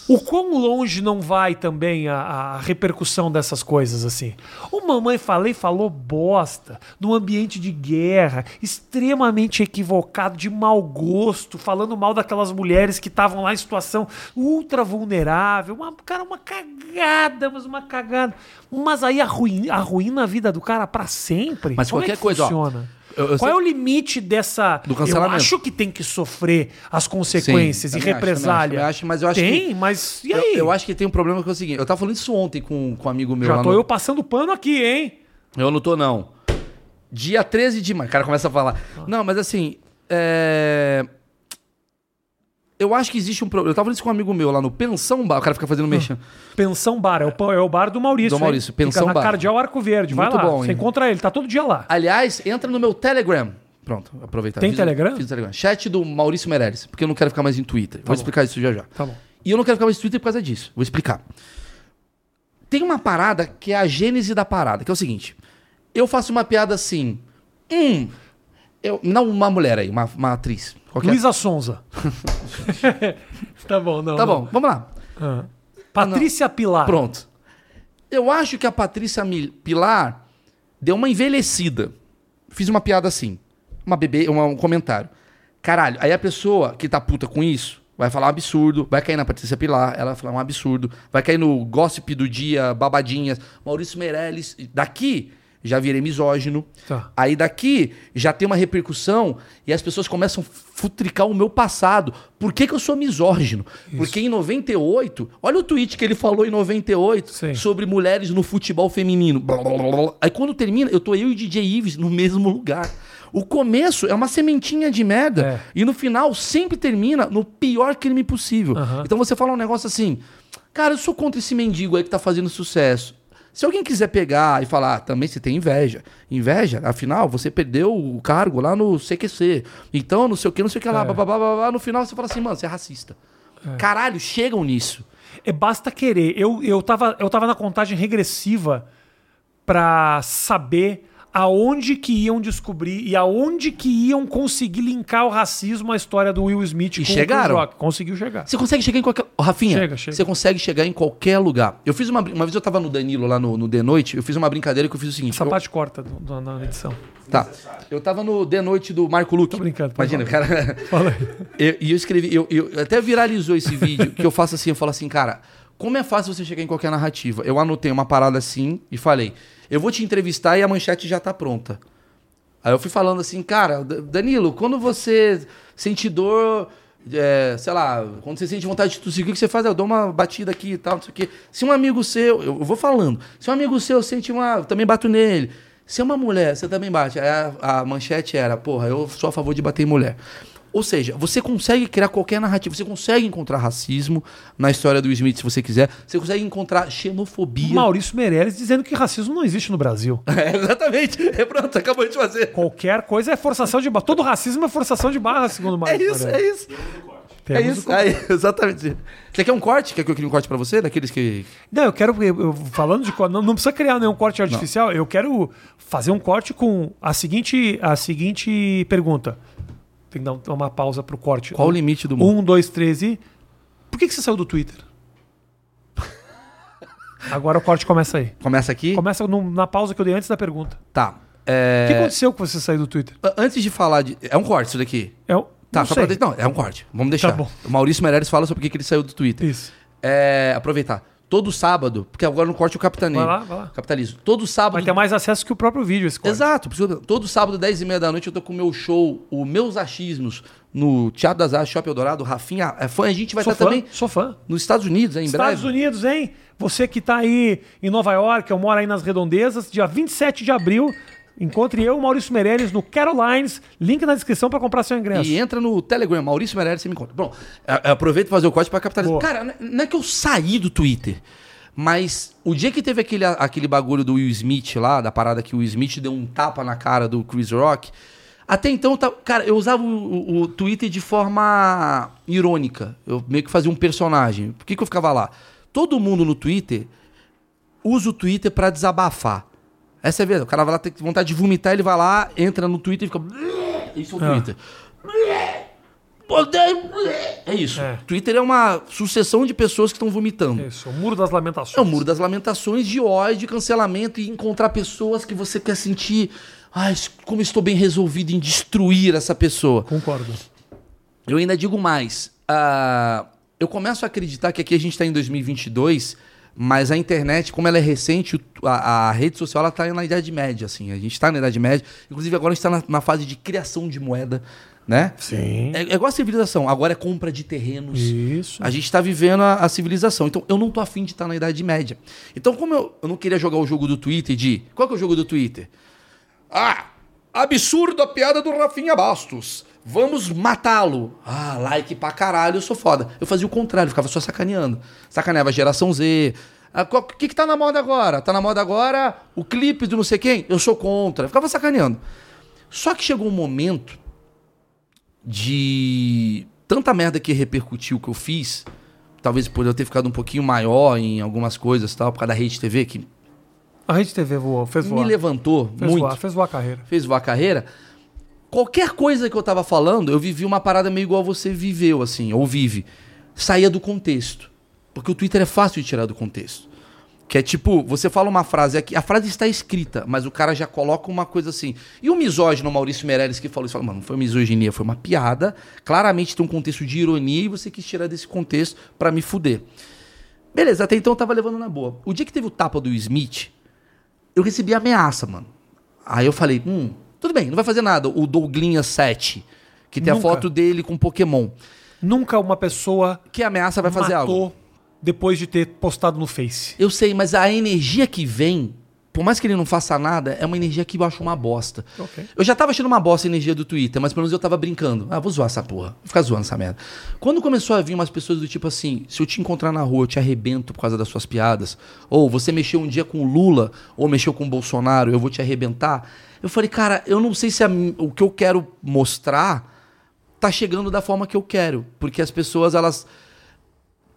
S1: o quão longe não vai também a, a repercussão dessas coisas, assim? O Mamãe Falei falou bosta, num ambiente de guerra, extremamente equivocado, de mau gosto, falando mal daquelas mulheres que estavam lá em situação ultra vulnerável. Uma, cara, uma cagada, mas uma cagada. Mas aí arruina, arruina a vida do cara pra sempre.
S2: Mas
S1: Como é
S2: qualquer
S1: que
S2: coisa, ó,
S1: funciona?
S2: eu- eu
S1: Qual
S2: sei-
S1: é o limite dessa.
S2: Do cancelamento.
S1: Eu acho que tem que sofrer as consequências
S2: Sim,
S1: e
S2: também acho,
S1: represália.
S2: também acho, também acho, mas eu acho
S1: tem,
S2: que-
S1: mas e
S2: Eu-
S1: aí?
S2: Eu, acho que tem um problema que é o seguinte. Eu tava falando isso ontem com, com um amigo meu
S1: Já
S2: lá
S1: tô
S2: no...
S1: eu passando pano aqui, hein?
S2: Eu não tô, não. Dia 13 de maio. O cara começa a falar.
S1: Ah.
S2: Não, mas assim. É... Eu acho que existe um problema. Eu tava falando isso com um amigo meu lá no Pensão Bar. O cara fica
S1: Ah.
S2: fazendo mexendo.
S1: Pensão Bar, é o, pa- é o bar do Maurício.
S2: Do Maurício,
S1: hein? Fica
S2: Pensão
S1: na
S2: Bar.
S1: Cardeal Arco Verde, vai
S2: Muito
S1: lá.
S2: bom,
S1: você
S2: hein? Ah,
S1: encontra ele, tá todo dia lá.
S2: Aliás, entra no meu Telegram. Pronto, aproveitar.
S1: Tem
S2: Fiz-
S1: Telegram?
S2: Fiz o Telegram. Chat do Maurício Meirelles, porque eu não quero ficar mais em Twitter. Vou explicar isso já já.
S1: Tá bom.
S2: E eu não quero ficar mais no Twitter por causa disso. Vou explicar. Tem uma parada que é a gênese da parada, que é o seguinte. Eu faço uma piada assim. Hum. Eu, não uma mulher aí, uma, uma atriz. Qualquer.
S1: Luísa Sonza. tá bom, não.
S2: tá
S1: não.
S2: bom, vamos lá.
S1: Ah. Patrícia Pilar.
S2: Pronto. Eu acho que a Patrícia Mi- Pilar deu uma envelhecida. Fiz uma piada assim. Uma bebê, uma- um comentário. Caralho, aí a pessoa que tá puta com isso vai falar um absurdo, vai cair na Patrícia Pilar, ela vai falar um absurdo, vai cair no gossip do dia, babadinhas, Maurício Meirelles. Daqui já virei misógino.
S1: Tá.
S2: Aí daqui já tem uma repercussão e as pessoas começam a futricar o meu passado. Por que, que eu sou misógino? Porque em 98, olha o tweet que ele falou em 98
S1: Sim.
S2: sobre mulheres no futebol feminino. Blá, blá, blá, blá. Aí quando termina, eu tô eu e o DJ Ives no mesmo lugar. O começo é uma sementinha de
S1: É.
S2: merda e no final sempre termina no pior crime possível.
S1: Aham.
S2: Então você fala um negócio assim: "Cara, eu sou contra esse mendigo aí que tá fazendo sucesso". Se alguém quiser pegar e falar, "Ah, também você tem inveja. Inveja, afinal, você perdeu o cargo lá no CQC. Então, não sei o que, não sei o
S1: É.
S2: que lá, blá, blá, blá, blá, blá. no final você fala assim, mano, você é racista. Caralho, chegam nisso.
S1: É, basta querer. Eu, eu, tava, eu tava na contagem regressiva pra saber aonde que iam descobrir e aonde que iam conseguir linkar o racismo à história do Will Smith
S2: E
S1: com,
S2: chegaram.
S1: com o Rock. Conseguiu chegar.
S2: Você consegue chegar em qualquer. Ô, Rafinha,
S1: Chega, chega.
S2: você consegue chegar em qualquer lugar. Eu fiz uma. brin- Uma vez eu tava no Danilo lá no, no The Noite, eu fiz uma brincadeira que eu fiz o seguinte.
S1: Essa
S2: eu-
S1: parte corta do- do- na edição.
S2: Tá. Eu tava no The Noite do Marco Luque. Tô
S1: brincando, pode
S2: Imagina, o cara.
S1: Fala aí.
S2: Eu- E eu, escrevi, eu, eu- até viralizou esse vídeo, que eu faço assim, eu falo assim, cara, como é fácil você chegar em qualquer narrativa? Eu anotei uma parada assim e falei, eu vou te entrevistar e a manchete já tá pronta. Aí eu fui falando assim, cara, D- Danilo, quando você sente dor, é, sei lá, quando você sente vontade de tossir, o que que você faz? Ah, Eu dou uma batida aqui e tal, não sei o quê. Se um amigo seu, eu eu vou falando, se um amigo seu sente uma, eu também bato nele. Se é uma mulher, você também bate. Aí a, a manchete era, porra, eu sou a favor de bater em mulher. Ou seja, você consegue criar qualquer narrativa, você consegue encontrar racismo na história do Smith, se você quiser, você consegue encontrar xenofobia.
S1: Maurício Meirelles dizendo que racismo não existe no Brasil.
S2: É, exatamente. É pronto, acabou de fazer.
S1: Qualquer coisa é forçação de barra. Todo racismo é forçação de barra, segundo
S2: É
S1: Maurício
S2: isso, é
S1: Meirelles.
S2: isso.
S1: Temos um
S2: é
S1: o
S2: isso, é isso, exatamente. Você quer um corte? Quer que eu crie um corte pra você? Daqueles que.
S1: Não, eu quero. eu- eu- falando de corte, não, não precisa criar nenhum corte artificial. Eu quero fazer um corte com a seguinte, a seguinte pergunta. Tem que dar um- uma pausa pro corte.
S2: Qual o limite do mundo?
S1: Um, dois, três e. Por que, que você saiu do Twitter? Agora o corte começa aí.
S2: Começa aqui?
S1: Começa no- na pausa que eu dei antes da pergunta.
S2: Tá.
S1: O que
S2: É...
S1: aconteceu com você sair do Twitter?
S2: a- Antes de falar de. É um corte isso daqui.
S1: Eu,
S2: Tá,
S1: não
S2: só
S1: sei.
S2: pra. Não, é um corte. Vamos deixar.
S1: Tá bom.
S2: O Maurício Meirelles fala sobre o que que ele saiu do Twitter.
S1: Isso.
S2: É. Aproveitar. Todo sábado, porque agora no corte eu capitaneio.
S1: Vai lá, vai lá.
S2: Capitalizo. Todo sábado.
S1: Vai ter mais acesso que o próprio vídeo esse corte.
S2: Exato. por isso que eu- Todo sábado, 10 e meia da noite, eu tô com o meu show, o Meus Achismos, no Teatro das Artes, Shopping Eldorado. Rafinha é fã. A gente vai
S1: Sou
S2: estar
S1: fã,
S2: também
S1: sou fã.
S2: nos Estados Unidos, hein, em
S1: Estados
S2: breve.
S1: Unidos, hein? Você que tá aí em Nova York, eu moro aí nas Redondezas, dia 27 de abril, encontre eu, Maurício Meirelles, no Carolines. Link na descrição pra comprar seu ingresso.
S2: E entra no Telegram, Maurício Meirelles, você me conta. Bom, a- aproveita pra fazer o corte pra capitalizar.
S1: Boa.
S2: Cara, n- não é que eu saí do Twitter, mas o dia que teve aquele, aquele bagulho do Will Smith lá, da parada que o Will Smith deu um tapa na cara do Chris Rock, até então, eu tava- cara, eu usava o, o- o Twitter de forma irônica. Eu meio que fazia um personagem. Por que, que eu ficava lá? Todo mundo no Twitter usa o Twitter pra desabafar. Essa é a verdade. O cara vai lá, tem vontade de vomitar, ele vai lá, entra no Twitter e fica. Isso é o Twitter. Odeio. É isso.
S1: É.
S2: Twitter é uma sucessão de pessoas que estão vomitando.
S1: Isso, o Muro das Lamentações.
S2: É o muro das lamentações, de ódio, de cancelamento e encontrar pessoas que você quer sentir. Ai, como estou bem resolvido em destruir essa pessoa.
S1: Concordo.
S2: Eu ainda digo mais. ah, eu começo a acreditar que aqui a gente está em 2022, mas a internet, como ela é recente, o- a, a rede social ela está na Idade Média, assim. A gente está na Idade Média. Inclusive, agora a gente está na, na fase de criação de moeda, né?
S1: Sim.
S2: É, é igual a civilização. Agora é compra de terrenos.
S1: É Isso.
S2: A gente está vivendo a, a civilização. Então, eu não tô afim de estar na Idade Média. Então, como eu, eu não queria jogar o jogo do Twitter de... Qual que é o jogo do Twitter? Ah, absurdo a piada do Rafinha Bastos. Vamos matá-lo. Ah, like pra caralho, eu sou foda. Eu fazia o contrário, ficava só sacaneando. Sacaneava a geração Z. Ah, qual- O que, que tá na moda agora? Tá na moda agora o clipe do não sei quem? Eu sou contra. Eu ficava sacaneando. Só que chegou um momento de tanta merda que repercutiu que eu fiz, talvez por eu ter ficado um pouquinho maior em algumas coisas, e tal, por causa da Rede TV, que
S1: A Rede TV voou, fez voar.
S2: me levantou
S1: fez
S2: muito,
S1: voar, fez voar a carreira.
S2: fez voar a carreira. Qualquer coisa que eu tava falando, eu vivi uma parada meio igual você viveu, assim, ou vive. Saía do contexto. Porque o Twitter é fácil de tirar do contexto. Que é tipo, você fala uma frase aqui, a frase está escrita, mas o cara já coloca uma coisa assim. E o misógino Maurício Meirelles que falou isso, fala, mano, não foi misoginia, foi uma piada. Claramente tem um contexto de ironia e você quis tirar desse contexto pra me fuder. Beleza, até então eu tava levando na boa. O dia que teve o tapa do Smith, eu recebi ameaça, mano. Aí eu falei, hum, tudo bem, não vai fazer nada. O Douglinha 7, que tem
S1: Nunca.
S2: a foto dele com Pokémon.
S1: Nunca uma pessoa
S2: Que ameaça vai fazer algo?
S1: matou depois de ter postado no Face.
S2: Eu sei, mas a energia que vem, por mais que ele não faça nada, é uma energia que eu acho uma bosta.
S1: Ok.
S2: Eu já tava achando uma bosta a energia do Twitter, mas pelo menos eu tava brincando. Ah, vou zoar essa porra. Vou ficar zoando essa merda. Quando começou a vir umas pessoas do tipo assim, se eu te encontrar na rua, eu te arrebento por causa das suas piadas, ou você mexeu um dia com o Lula, ou mexeu com o Bolsonaro, eu vou te arrebentar. Eu falei, cara, eu não sei se a mi- o que eu quero mostrar tá chegando da forma que eu quero. Porque as pessoas, elas...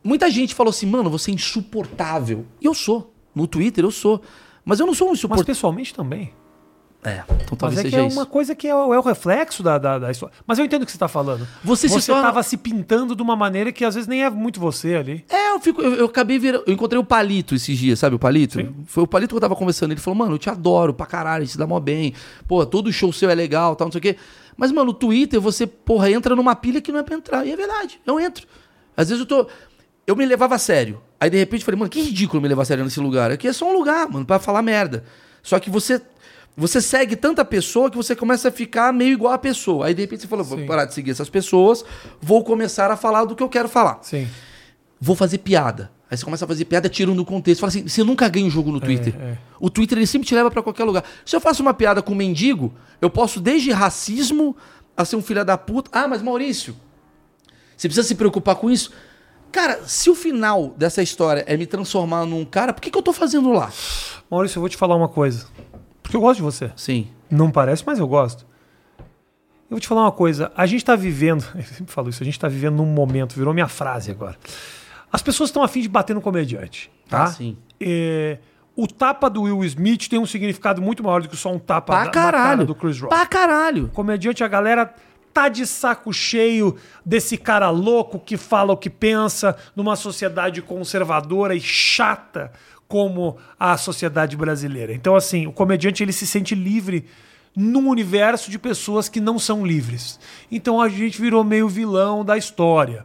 S2: Muita gente falou assim, mano, você é insuportável. E eu sou. No Twitter, eu sou. Mas eu não sou um
S1: Mas
S2: insuportável.
S1: pessoalmente também.
S2: É, então
S1: Mas
S2: talvez
S1: é que
S2: seja
S1: é
S2: isso.
S1: uma coisa que é, o é o reflexo da, da, da história. Mas eu entendo o que você está falando.
S2: Você se
S1: você
S2: torna-
S1: estava se pintando de uma maneira que às vezes nem é muito você ali.
S2: É, eu fico. Eu, eu acabei virando. Eu encontrei o Palito esses dias, sabe? O Palito? Foi o Palito que eu tava conversando. Ele falou, mano, eu te adoro pra caralho, a gente se dá mó bem. Pô, todo show seu é legal, tal, não sei o quê. Mas, mano, o Twitter, você, porra, entra numa pilha que não é pra entrar. E é verdade, eu entro. Às vezes eu tô. Eu me levava a sério. Aí, de repente, eu falei, mano, que ridículo me levar a sério nesse lugar. Aqui é só um lugar, mano, pra falar merda. Só que você. Você segue tanta pessoa que você começa a ficar meio igual a pessoa. Aí, de repente, você falou, vou
S1: Sim.
S2: parar de seguir essas pessoas, vou começar a falar do que eu quero falar
S1: Sim.
S2: vou fazer piada. Aí você começa a fazer piada tirando do contexto. Fala assim, você nunca ganha um jogo no Twitter.
S1: é.
S2: O Twitter ele sempre te leva pra qualquer lugar. Se eu faço uma piada com um mendigo, eu posso desde racismo a ser um filho da puta. Ah, mas Maurício, você precisa se preocupar com isso? Cara, se o final dessa história é me transformar num cara, por que, que eu tô fazendo lá?
S1: Maurício, eu vou te falar uma coisa. Porque eu gosto de você.
S2: Sim.
S1: Não parece, mas eu gosto. Eu vou te falar uma coisa. A gente está vivendo. Eu sempre falo isso. A gente está vivendo num momento. Virou minha frase agora. As pessoas estão afim de bater no comediante. Tá?
S2: Ah, sim.
S1: É, o tapa do Will Smith tem um significado muito maior do que só um tapa na-
S2: Pra
S1: na
S2: caralho.
S1: cara do Chris Rock.
S2: Pra caralho.
S1: Comediante, a galera tá de saco cheio desse cara louco que fala o que pensa numa sociedade conservadora e chata como a sociedade brasileira. Então, assim, o comediante ele se sente livre num universo de pessoas que não são livres. Então a gente virou meio vilão da história.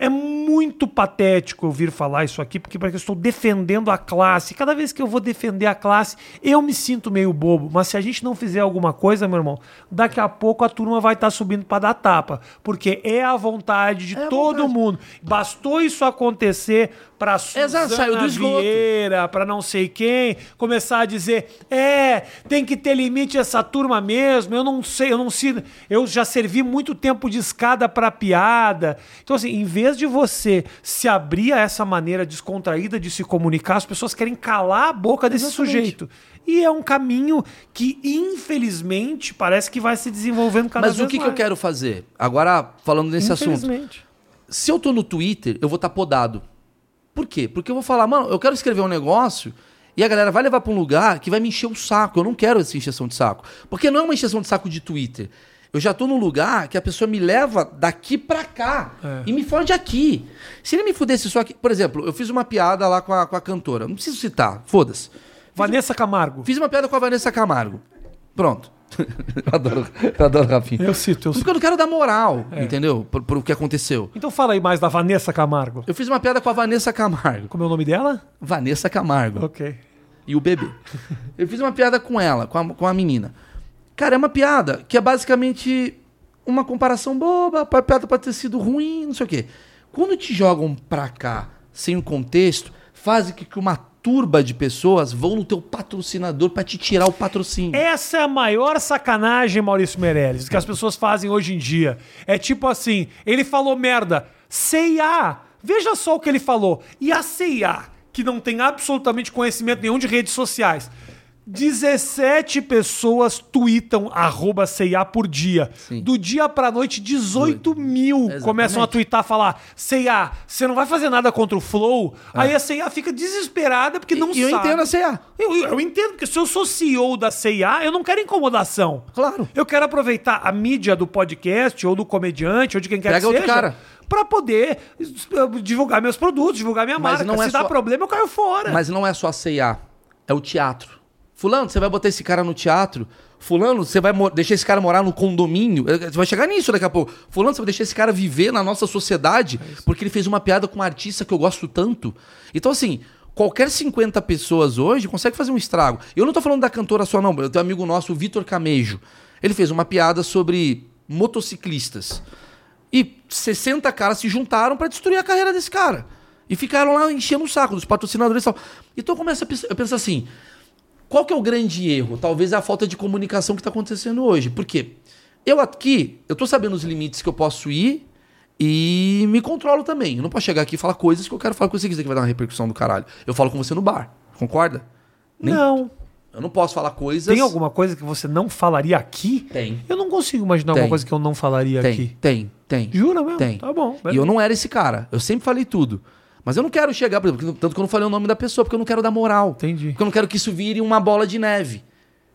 S1: É muito patético eu vir falar isso aqui, porque parece que eu estou defendendo a classe. Cada vez que eu vou defender a classe, eu me sinto meio bobo. Mas se a gente não fizer alguma coisa, meu irmão, daqui a pouco a turma vai estar subindo para dar tapa. Porque é a vontade de
S2: É a
S1: todo
S2: vontade.
S1: mundo. Bastou isso acontecer para
S2: Exato, saiu do esgoto.
S1: Vieira, para não sei quem, começar a dizer: "É, tem que ter limite essa turma mesmo". Eu não sei, eu não sei, eu já servi muito tempo de escada para piada. Então assim, em vez de você se abrir a essa maneira descontraída de se comunicar, as pessoas querem calar a boca desse
S2: Exatamente.
S1: sujeito. E é um caminho que infelizmente parece que vai se desenvolvendo cada
S2: Mas
S1: vez
S2: o que, que
S1: mais.
S2: eu quero fazer? Agora, falando nesse assunto.
S1: Infelizmente.
S2: se eu tô no Twitter, eu vou estar podado. Por quê? Porque eu vou falar, mano, eu quero escrever um negócio e a galera vai levar pra um lugar que vai me encher o saco. Eu não quero essa encheção de saco. Porque não é uma encheção de saco de Twitter. Eu já tô num lugar que a pessoa me leva daqui pra cá e me fode aqui. Se ele me fudesse só aqui. Por exemplo, eu fiz uma piada lá com a, com a cantora. Não preciso citar, foda-se.
S1: Vanessa Camargo.
S2: Fiz uma piada com a Vanessa Camargo. Pronto. eu adoro, eu adoro Rafinha.
S1: Eu cito, eu cito.
S2: Porque eu não quero dar moral, entendeu? Pro, pro que aconteceu.
S1: Então fala aí mais da Vanessa Camargo.
S2: Eu fiz uma piada com a Vanessa Camargo.
S1: Como é o nome dela?
S2: Vanessa Camargo
S1: Ok.
S2: e o bebê. Eu fiz uma piada com ela, com a, com a menina. Cara, é uma piada que é basicamente uma comparação boba, a piada pode ter sido ruim, não sei o quê. Quando te jogam pra cá sem o contexto, faz com que uma turba de pessoas vão no teu patrocinador pra te tirar o patrocínio.
S1: Essa é a maior sacanagem, Maurício Meirelles, que as pessoas fazem hoje em dia. É tipo assim, ele falou merda, CIA, veja só o que ele falou. E a CIA, que não tem absolutamente conhecimento nenhum de redes sociais, 17 pessoas tweetam arroba CIA por dia.
S2: Sim.
S1: Do dia pra noite, 18 mil
S2: Exatamente.
S1: começam a twittar, falar CIA, você não vai fazer nada contra o Flow? Aí a CIA fica desesperada porque não
S2: É. e eu
S1: sabe.
S2: entendo a CA.
S1: Eu, eu- eu entendo, porque se eu sou CEO da CIA, eu não quero incomodação.
S2: Claro.
S1: Eu quero aproveitar a mídia do podcast, ou do comediante, ou de quem quer
S2: Pega
S1: que
S2: outro
S1: seja,
S2: cara.
S1: pra poder eh, divulgar meus produtos, divulgar minha
S2: Mas
S1: marca.
S2: não é
S1: se
S2: só-
S1: dá problema, eu caio fora.
S2: Mas não é só a C&A, é o teatro. Fulano, você vai botar esse cara no teatro? Fulano, você vai mo- deixar esse cara morar no condomínio? Eh, Você vai chegar nisso daqui a pouco. Fulano, você vai deixar esse cara viver na nossa sociedade porque ele fez uma piada com um artista que eu gosto tanto. Então, assim, qualquer 50 pessoas hoje consegue fazer um estrago. Eu não tô falando da cantora só, não. Eu tenho um amigo nosso, o Vitor Camejo. Ele fez uma piada sobre motociclistas. E 60 caras se juntaram pra destruir a carreira desse cara. E ficaram lá enchendo o saco dos patrocinadores e tal. Então eu começo a pens- eu penso assim: qual que é o grande erro? Talvez é a falta de comunicação que tá acontecendo hoje. Por quê? Eu aqui, eu tô sabendo os limites que eu posso ir e me controlo também. Eu não posso chegar aqui e falar coisas que eu quero falar com você, que isso aqui vai dar uma repercussão do caralho. Eu falo com você no bar, concorda? Nem-
S1: Não.
S2: Eu não posso falar coisas.
S1: Tem alguma coisa que você não falaria aqui?
S2: Tem.
S1: Eu não consigo imaginar
S2: Tem.
S1: alguma coisa que eu não falaria
S2: Tem,
S1: aqui.
S2: tem, tem.
S1: Jura mesmo?
S2: Tem.
S1: Tá bom.
S2: E eu não era esse cara. Eu sempre falei tudo. Mas eu não quero chegar, por exemplo, tanto que eu não falei o nome da pessoa, porque eu não quero dar moral.
S1: Entendi.
S2: Porque eu não quero que isso vire uma bola de neve.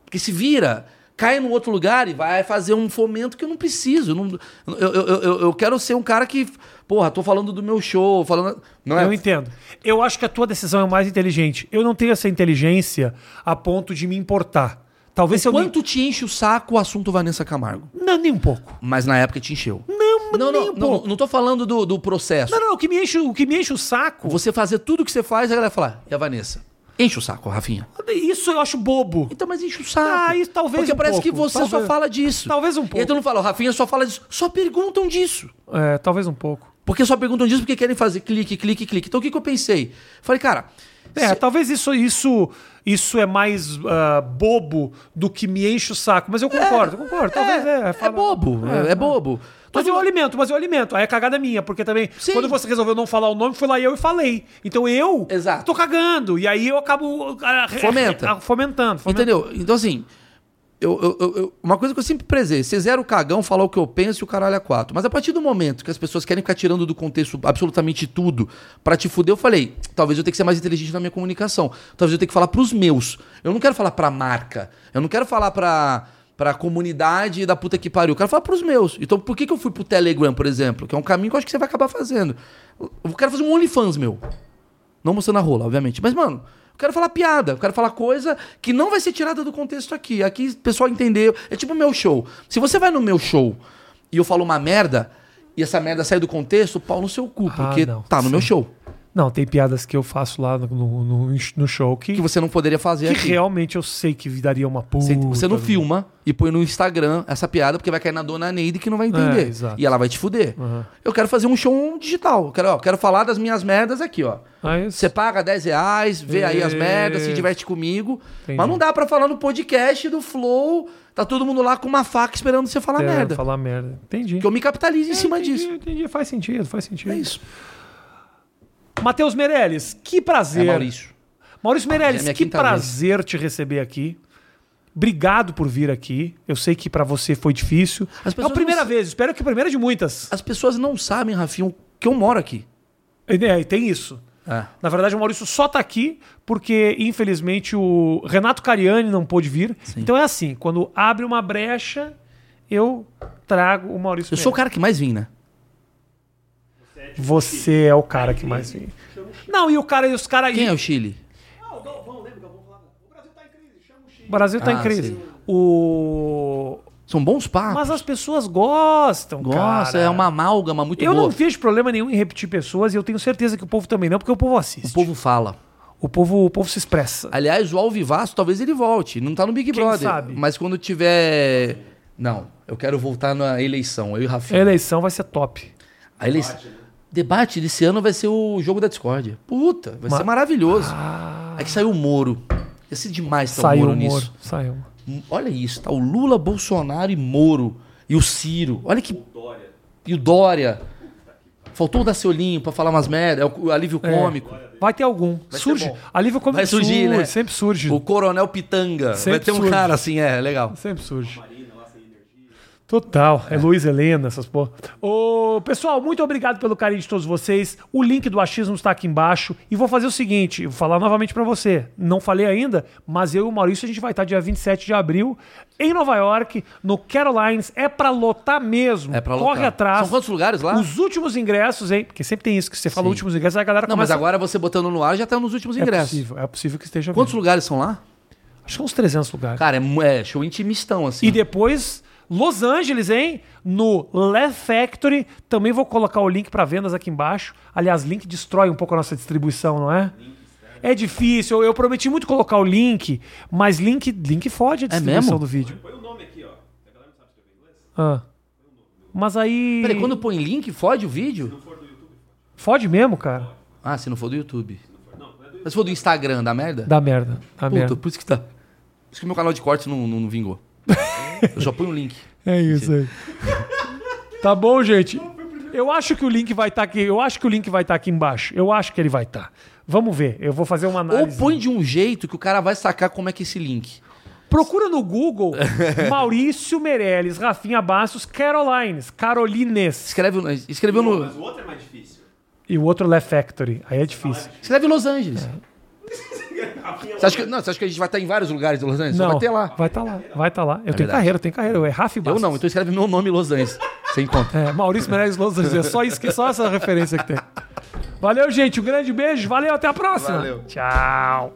S2: que se vira, cai num outro lugar e vai fazer um fomento que eu não preciso. Eu, não- eu- eu- eu- eu quero ser um cara que, porra, tô falando do meu show, falando. Não é?
S1: Eu entendo. Eu acho que a tua decisão é mais inteligente. Eu não tenho essa inteligência a ponto de me importar. Talvez se eu
S2: Quanto te enche o saco o assunto Vanessa Camargo?
S1: me... Não, nem um pouco.
S2: Mas na época te encheu.
S1: Não,
S2: Não,
S1: nem
S2: não,
S1: um
S2: não,
S1: pouco.
S2: não tô falando do, do processo.
S1: Não, não, o que me enche, o que me enche o saco,
S2: Você fazer tudo que você faz, a galera fala, é a Vanessa. Enche o saco, Rafinha.
S1: isso eu acho bobo.
S2: Então, mas enche o saco.
S1: Ah, isso talvez
S2: Porque
S1: um
S2: parece
S1: pouco,
S2: que você só
S1: talvez.
S2: fala disso.
S1: Talvez um
S2: E
S1: pouco.
S2: aí tu não fala, o Rafinha só fala disso. Só perguntam disso.
S1: É, talvez um pouco.
S2: Porque só perguntam disso porque querem fazer clique, clique, clique. Então o que, que eu pensei? Falei, cara,
S1: É,
S2: se-
S1: talvez isso, isso, isso é mais ah, bobo do que me enche o saco. Mas eu concordo, concordo. Talvez é.
S2: é, bobo, é, é bobo.
S1: Mas eu alimento, mas eu alimento. Aí a cagada é minha, porque também,
S2: Sim.
S1: quando você resolveu não falar o nome, foi lá eu e falei. Então eu
S2: Exato.
S1: tô cagando. E aí eu acabo ah, re-
S2: Fomenta.
S1: ah, fomentando. fomentando.
S2: Entendeu? Então, assim, eu, eu- eu- eu- uma coisa que eu sempre prezei, ser zero cagão, falar o que eu penso e o caralho é quatro. Mas a partir do momento que as pessoas querem ficar tirando do contexto absolutamente tudo pra te fuder, eu falei, talvez eu tenha que ser mais inteligente na minha comunicação. Talvez eu tenha que falar pros meus. Eu não quero falar pra marca. Eu não quero falar pra... Pra comunidade da puta que pariu. Eu quero falar pros meus. Então, por que, que eu fui pro Telegram, por exemplo? Que é um caminho que eu acho que você vai acabar fazendo. Eu quero fazer um OnlyFans meu. Não mostrando a rola, obviamente. Mas, mano, eu quero falar piada, eu quero falar coisa que não vai ser tirada do contexto aqui. Aqui o pessoal entendeu. É tipo o meu show. Se você vai no meu show e eu falo uma merda, e essa merda sai do contexto, pau no seu cu,
S1: Ah,
S2: porque
S1: não.
S2: tá no meu
S1: Sim.
S2: show.
S1: Não, tem piadas que eu faço lá no, no, no- no show que,
S2: Que
S1: que,
S2: você não poderia fazer aqui.
S1: realmente eu sei que daria uma puta.
S2: Você, você não
S1: do-
S2: filma e põe no Instagram essa piada, porque vai cair na dona Neide que não vai entender.
S1: É, exato.
S2: e ela vai te fuder. Eu quero fazer um show digital. Eu quero, ó, quero falar das minhas merdas aqui, ó.
S1: Aí,
S2: Você paga 10 reais, vê aí as
S1: Isso.
S2: merdas, se diverte comigo.
S1: É. Entendi.
S2: Mas não dá pra falar no podcast do Flow, tá todo mundo lá com uma faca esperando você falar
S1: é,
S2: merda.
S1: Falar merda. Entendi.
S2: Que eu me capitalize em
S1: É,
S2: cima
S1: entendi,
S2: disso.
S1: entendi. Faz sentido, faz sentido.
S2: É isso.
S1: Matheus Meirelles, que prazer.
S2: É, Maurício.
S1: Maurício
S2: já é
S1: Meirelles,
S2: minha
S1: que
S2: quinta vez.
S1: prazer te receber aqui. Obrigado por vir aqui. Eu sei que pra você foi difícil.
S2: As
S1: É a
S2: pessoas
S1: primeira
S2: não-
S1: vez, espero que a primeira é de muitas.
S2: As pessoas não sabem, Rafinho, que eu moro aqui.
S1: É, e tem isso.
S2: É.
S1: Na verdade, o Maurício só tá aqui porque, infelizmente, o Renato Cariani não pôde vir. Então é assim, quando abre uma brecha, eu trago o Maurício
S2: Eu sou o cara que mais vim, né?
S1: Você é o cara que mais vem. Não, e o cara e os caras aí.
S2: Quem é o Chile?
S3: Ah, o Galvão, lembra? O Galvão falava. O Brasil tá em crise, chama o X.
S1: O Brasil tá
S2: Ah,
S1: em crise.
S2: sim.
S1: O...
S2: São bons papos.
S1: Mas as pessoas gostam,
S2: Nossa,
S1: cara.
S2: é uma amálgama muito
S1: Eu
S2: boa.
S1: não vejo problema nenhum em repetir pessoas e eu tenho certeza que o povo também não, porque o povo assiste.
S2: O povo fala.
S1: O povo, o povo se expressa.
S2: Aliás, o Alvivaço talvez ele volte. Não tá no Big
S1: Quem
S2: Brother.
S1: sabe?
S2: Mas quando tiver. Não, eu quero voltar na eleição, eu e o
S1: A
S2: Rafinha.
S1: eleição vai ser top.
S2: A eleição. Debate né? desse ano vai ser o jogo da discórdia. Puta, vai
S1: Ma- Ah.
S2: ser maravilhoso. É que saiu o Moro. Ia ser demais tá
S1: Saiu
S2: o
S1: o
S2: Moro
S1: Moro.
S2: nisso.
S1: Saiu.
S2: Hum, Olha isso, tá o Lula, Bolsonaro e Moro. E o Ciro. Olha que. E o Dória. Faltou o Daciolinho pra falar umas merda. É o alívio cômico.
S1: Vai ter algum.
S2: ser
S1: surge.
S2: bom.
S1: Alívio como
S2: Vai surgir,
S1: surge,
S2: né?
S1: sempre surge.
S2: O Coronel Pitanga.
S1: Sempre
S2: vai ter um
S1: surge.
S2: cara assim, é, legal.
S1: Sempre surge. Total, é Luiz Helena, essas porra. Ô, pessoal, muito obrigado pelo carinho de todos vocês. O link do achismo está aqui embaixo. E vou fazer o seguinte: vou falar novamente para você. Não falei ainda, mas eu e o Maurício a gente vai estar dia 27 de abril em Nova York, no Carolines. É para lotar mesmo.
S2: É pra
S1: Corre
S2: lotar.
S1: atrás.
S2: São quantos lugares lá?
S1: Os últimos ingressos, hein? Porque sempre tem isso que você fala,
S2: Sim.
S1: últimos ingressos, aí a galera
S2: Não, mas
S1: começa...
S2: agora você botando no ar já tá nos últimos
S1: É
S2: ingressos.
S1: possível, é possível que esteja
S2: Quantos
S1: vendo.
S2: lugares são lá?
S1: Acho que uns 300 lugares.
S2: Cara, é, mu- é show intimistão, assim.
S1: E depois, Los Angeles, hein? No Le Factory. Também vou colocar o link para vendas aqui embaixo. Aliás, link destrói um pouco a nossa distribuição, não é? É difícil. Eu, eu prometi muito colocar o link, mas link, link fode a distribuição
S2: É mesmo?
S1: do vídeo.
S3: Põe o nome aqui, ó. A galera não sabe escrever inglês.
S1: Ah. Mas aí.
S2: Peraí, quando põe link, fode o vídeo?
S1: Fode mesmo, cara.
S2: Ah, se não for do YouTube. Mas se for é do Instagram, dá merda?
S1: Dá merda. Dá merda.
S2: Puta, por isso que tá. Por isso que meu canal de cortes não, não, não vingou. Eu só ponho o link.
S1: É isso aí. tá bom, gente? Eu acho que o link vai estar aqui. Eu acho que o link vai estar aqui embaixo. Eu acho que ele vai estar. Vamos ver. Eu vou fazer uma
S2: Ou
S1: análise.
S2: põe de um jeito que o cara vai sacar como é que é esse link.
S1: Procura no Google Maurício Meirelles, Rafinha Bastos, Carolines, Carolines.
S2: Escreve, escreveu
S3: Mas
S2: no.
S3: o outro é mais difícil.
S1: E o outro Le Factory. Aí é difícil.
S2: Escreve Los Angeles. Você acha que, não, você acha que a gente vai estar em vários lugares de Los Angeles? Só
S1: Não,
S2: vai ter lá. É
S1: Vai estar lá, vai estar lá. Eu tenho
S2: verdade.
S1: carreira, eu tenho carreira. Eu é Rafa
S2: Eu
S1: Bastos.
S2: não, então escreve meu nome em Los Angeles. Você encontra.
S1: É, Maurício Meirelles Los Angeles. É só, isso, que- só essa referência que tem. Valeu, gente. Um grande beijo. Valeu, até a próxima.
S2: Valeu.
S1: Tchau.